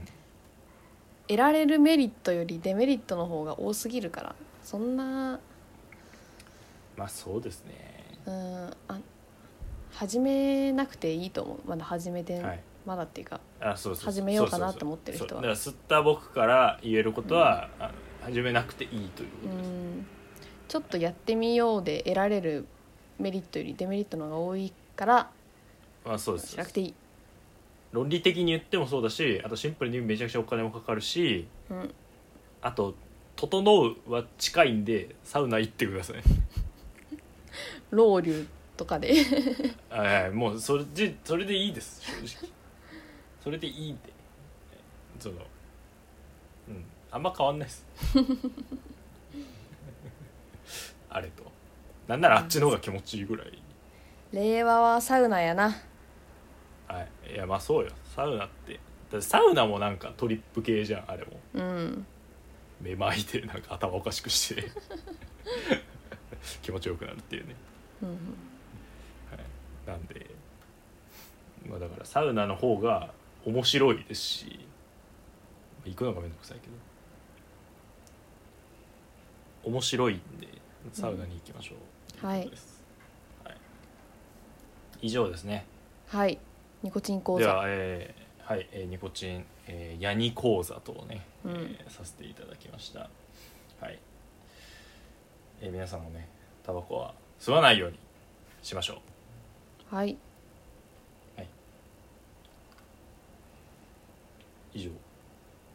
Speaker 2: 得られるメリットよりデメリットの方が多すぎるからそんな、
Speaker 1: まあそうですね
Speaker 2: うん、あ始めなくていいと思うまだ始めて、
Speaker 1: はい
Speaker 2: まだっていうか
Speaker 1: あそうそうそう
Speaker 2: 始めようかなって思ってる人は
Speaker 1: そうそうそうだから吸った僕から言えることは、あの始めなくていいという
Speaker 2: う
Speaker 1: ことです、
Speaker 2: んちょっとやってみようで得られるメリットよりデメリットの方が多いから
Speaker 1: まあそうです
Speaker 2: しなくていい、
Speaker 1: 論理的に言ってもそうだしあとシンプルにめちゃくちゃお金もかかるし
Speaker 2: うん、
Speaker 1: あと「整う」は近いんでサウナ行ってください
Speaker 2: ロウリュとか で
Speaker 1: はいはいもうそれでそれでいいです正直それでいいんでそのうんあんま変わんないです あれとなんならあっちの方が気持ちいいぐらい
Speaker 2: 令和はサウナやな
Speaker 1: はいいやまあそうよサウナってだってサウナもなんかトリップ系じゃんあれも
Speaker 2: うん
Speaker 1: めまいでなんか頭おかしくして 気持ちよくなるっていうね
Speaker 2: うん
Speaker 1: なんで、まあ、だからサウナの方が面白いですし行くのがめんどくさいけど面白いんでサウナに行きましょう、
Speaker 2: うんはい
Speaker 1: とうことですはい以上ですね
Speaker 2: はいニコチン講
Speaker 1: で
Speaker 2: 座
Speaker 1: は、えーはい、えーニコチン、えーヤニ講座とね、
Speaker 2: うん
Speaker 1: えーさせていただきましたはい、えー皆さんもねタバコは吸わないようにしましょう
Speaker 2: はい
Speaker 1: 以上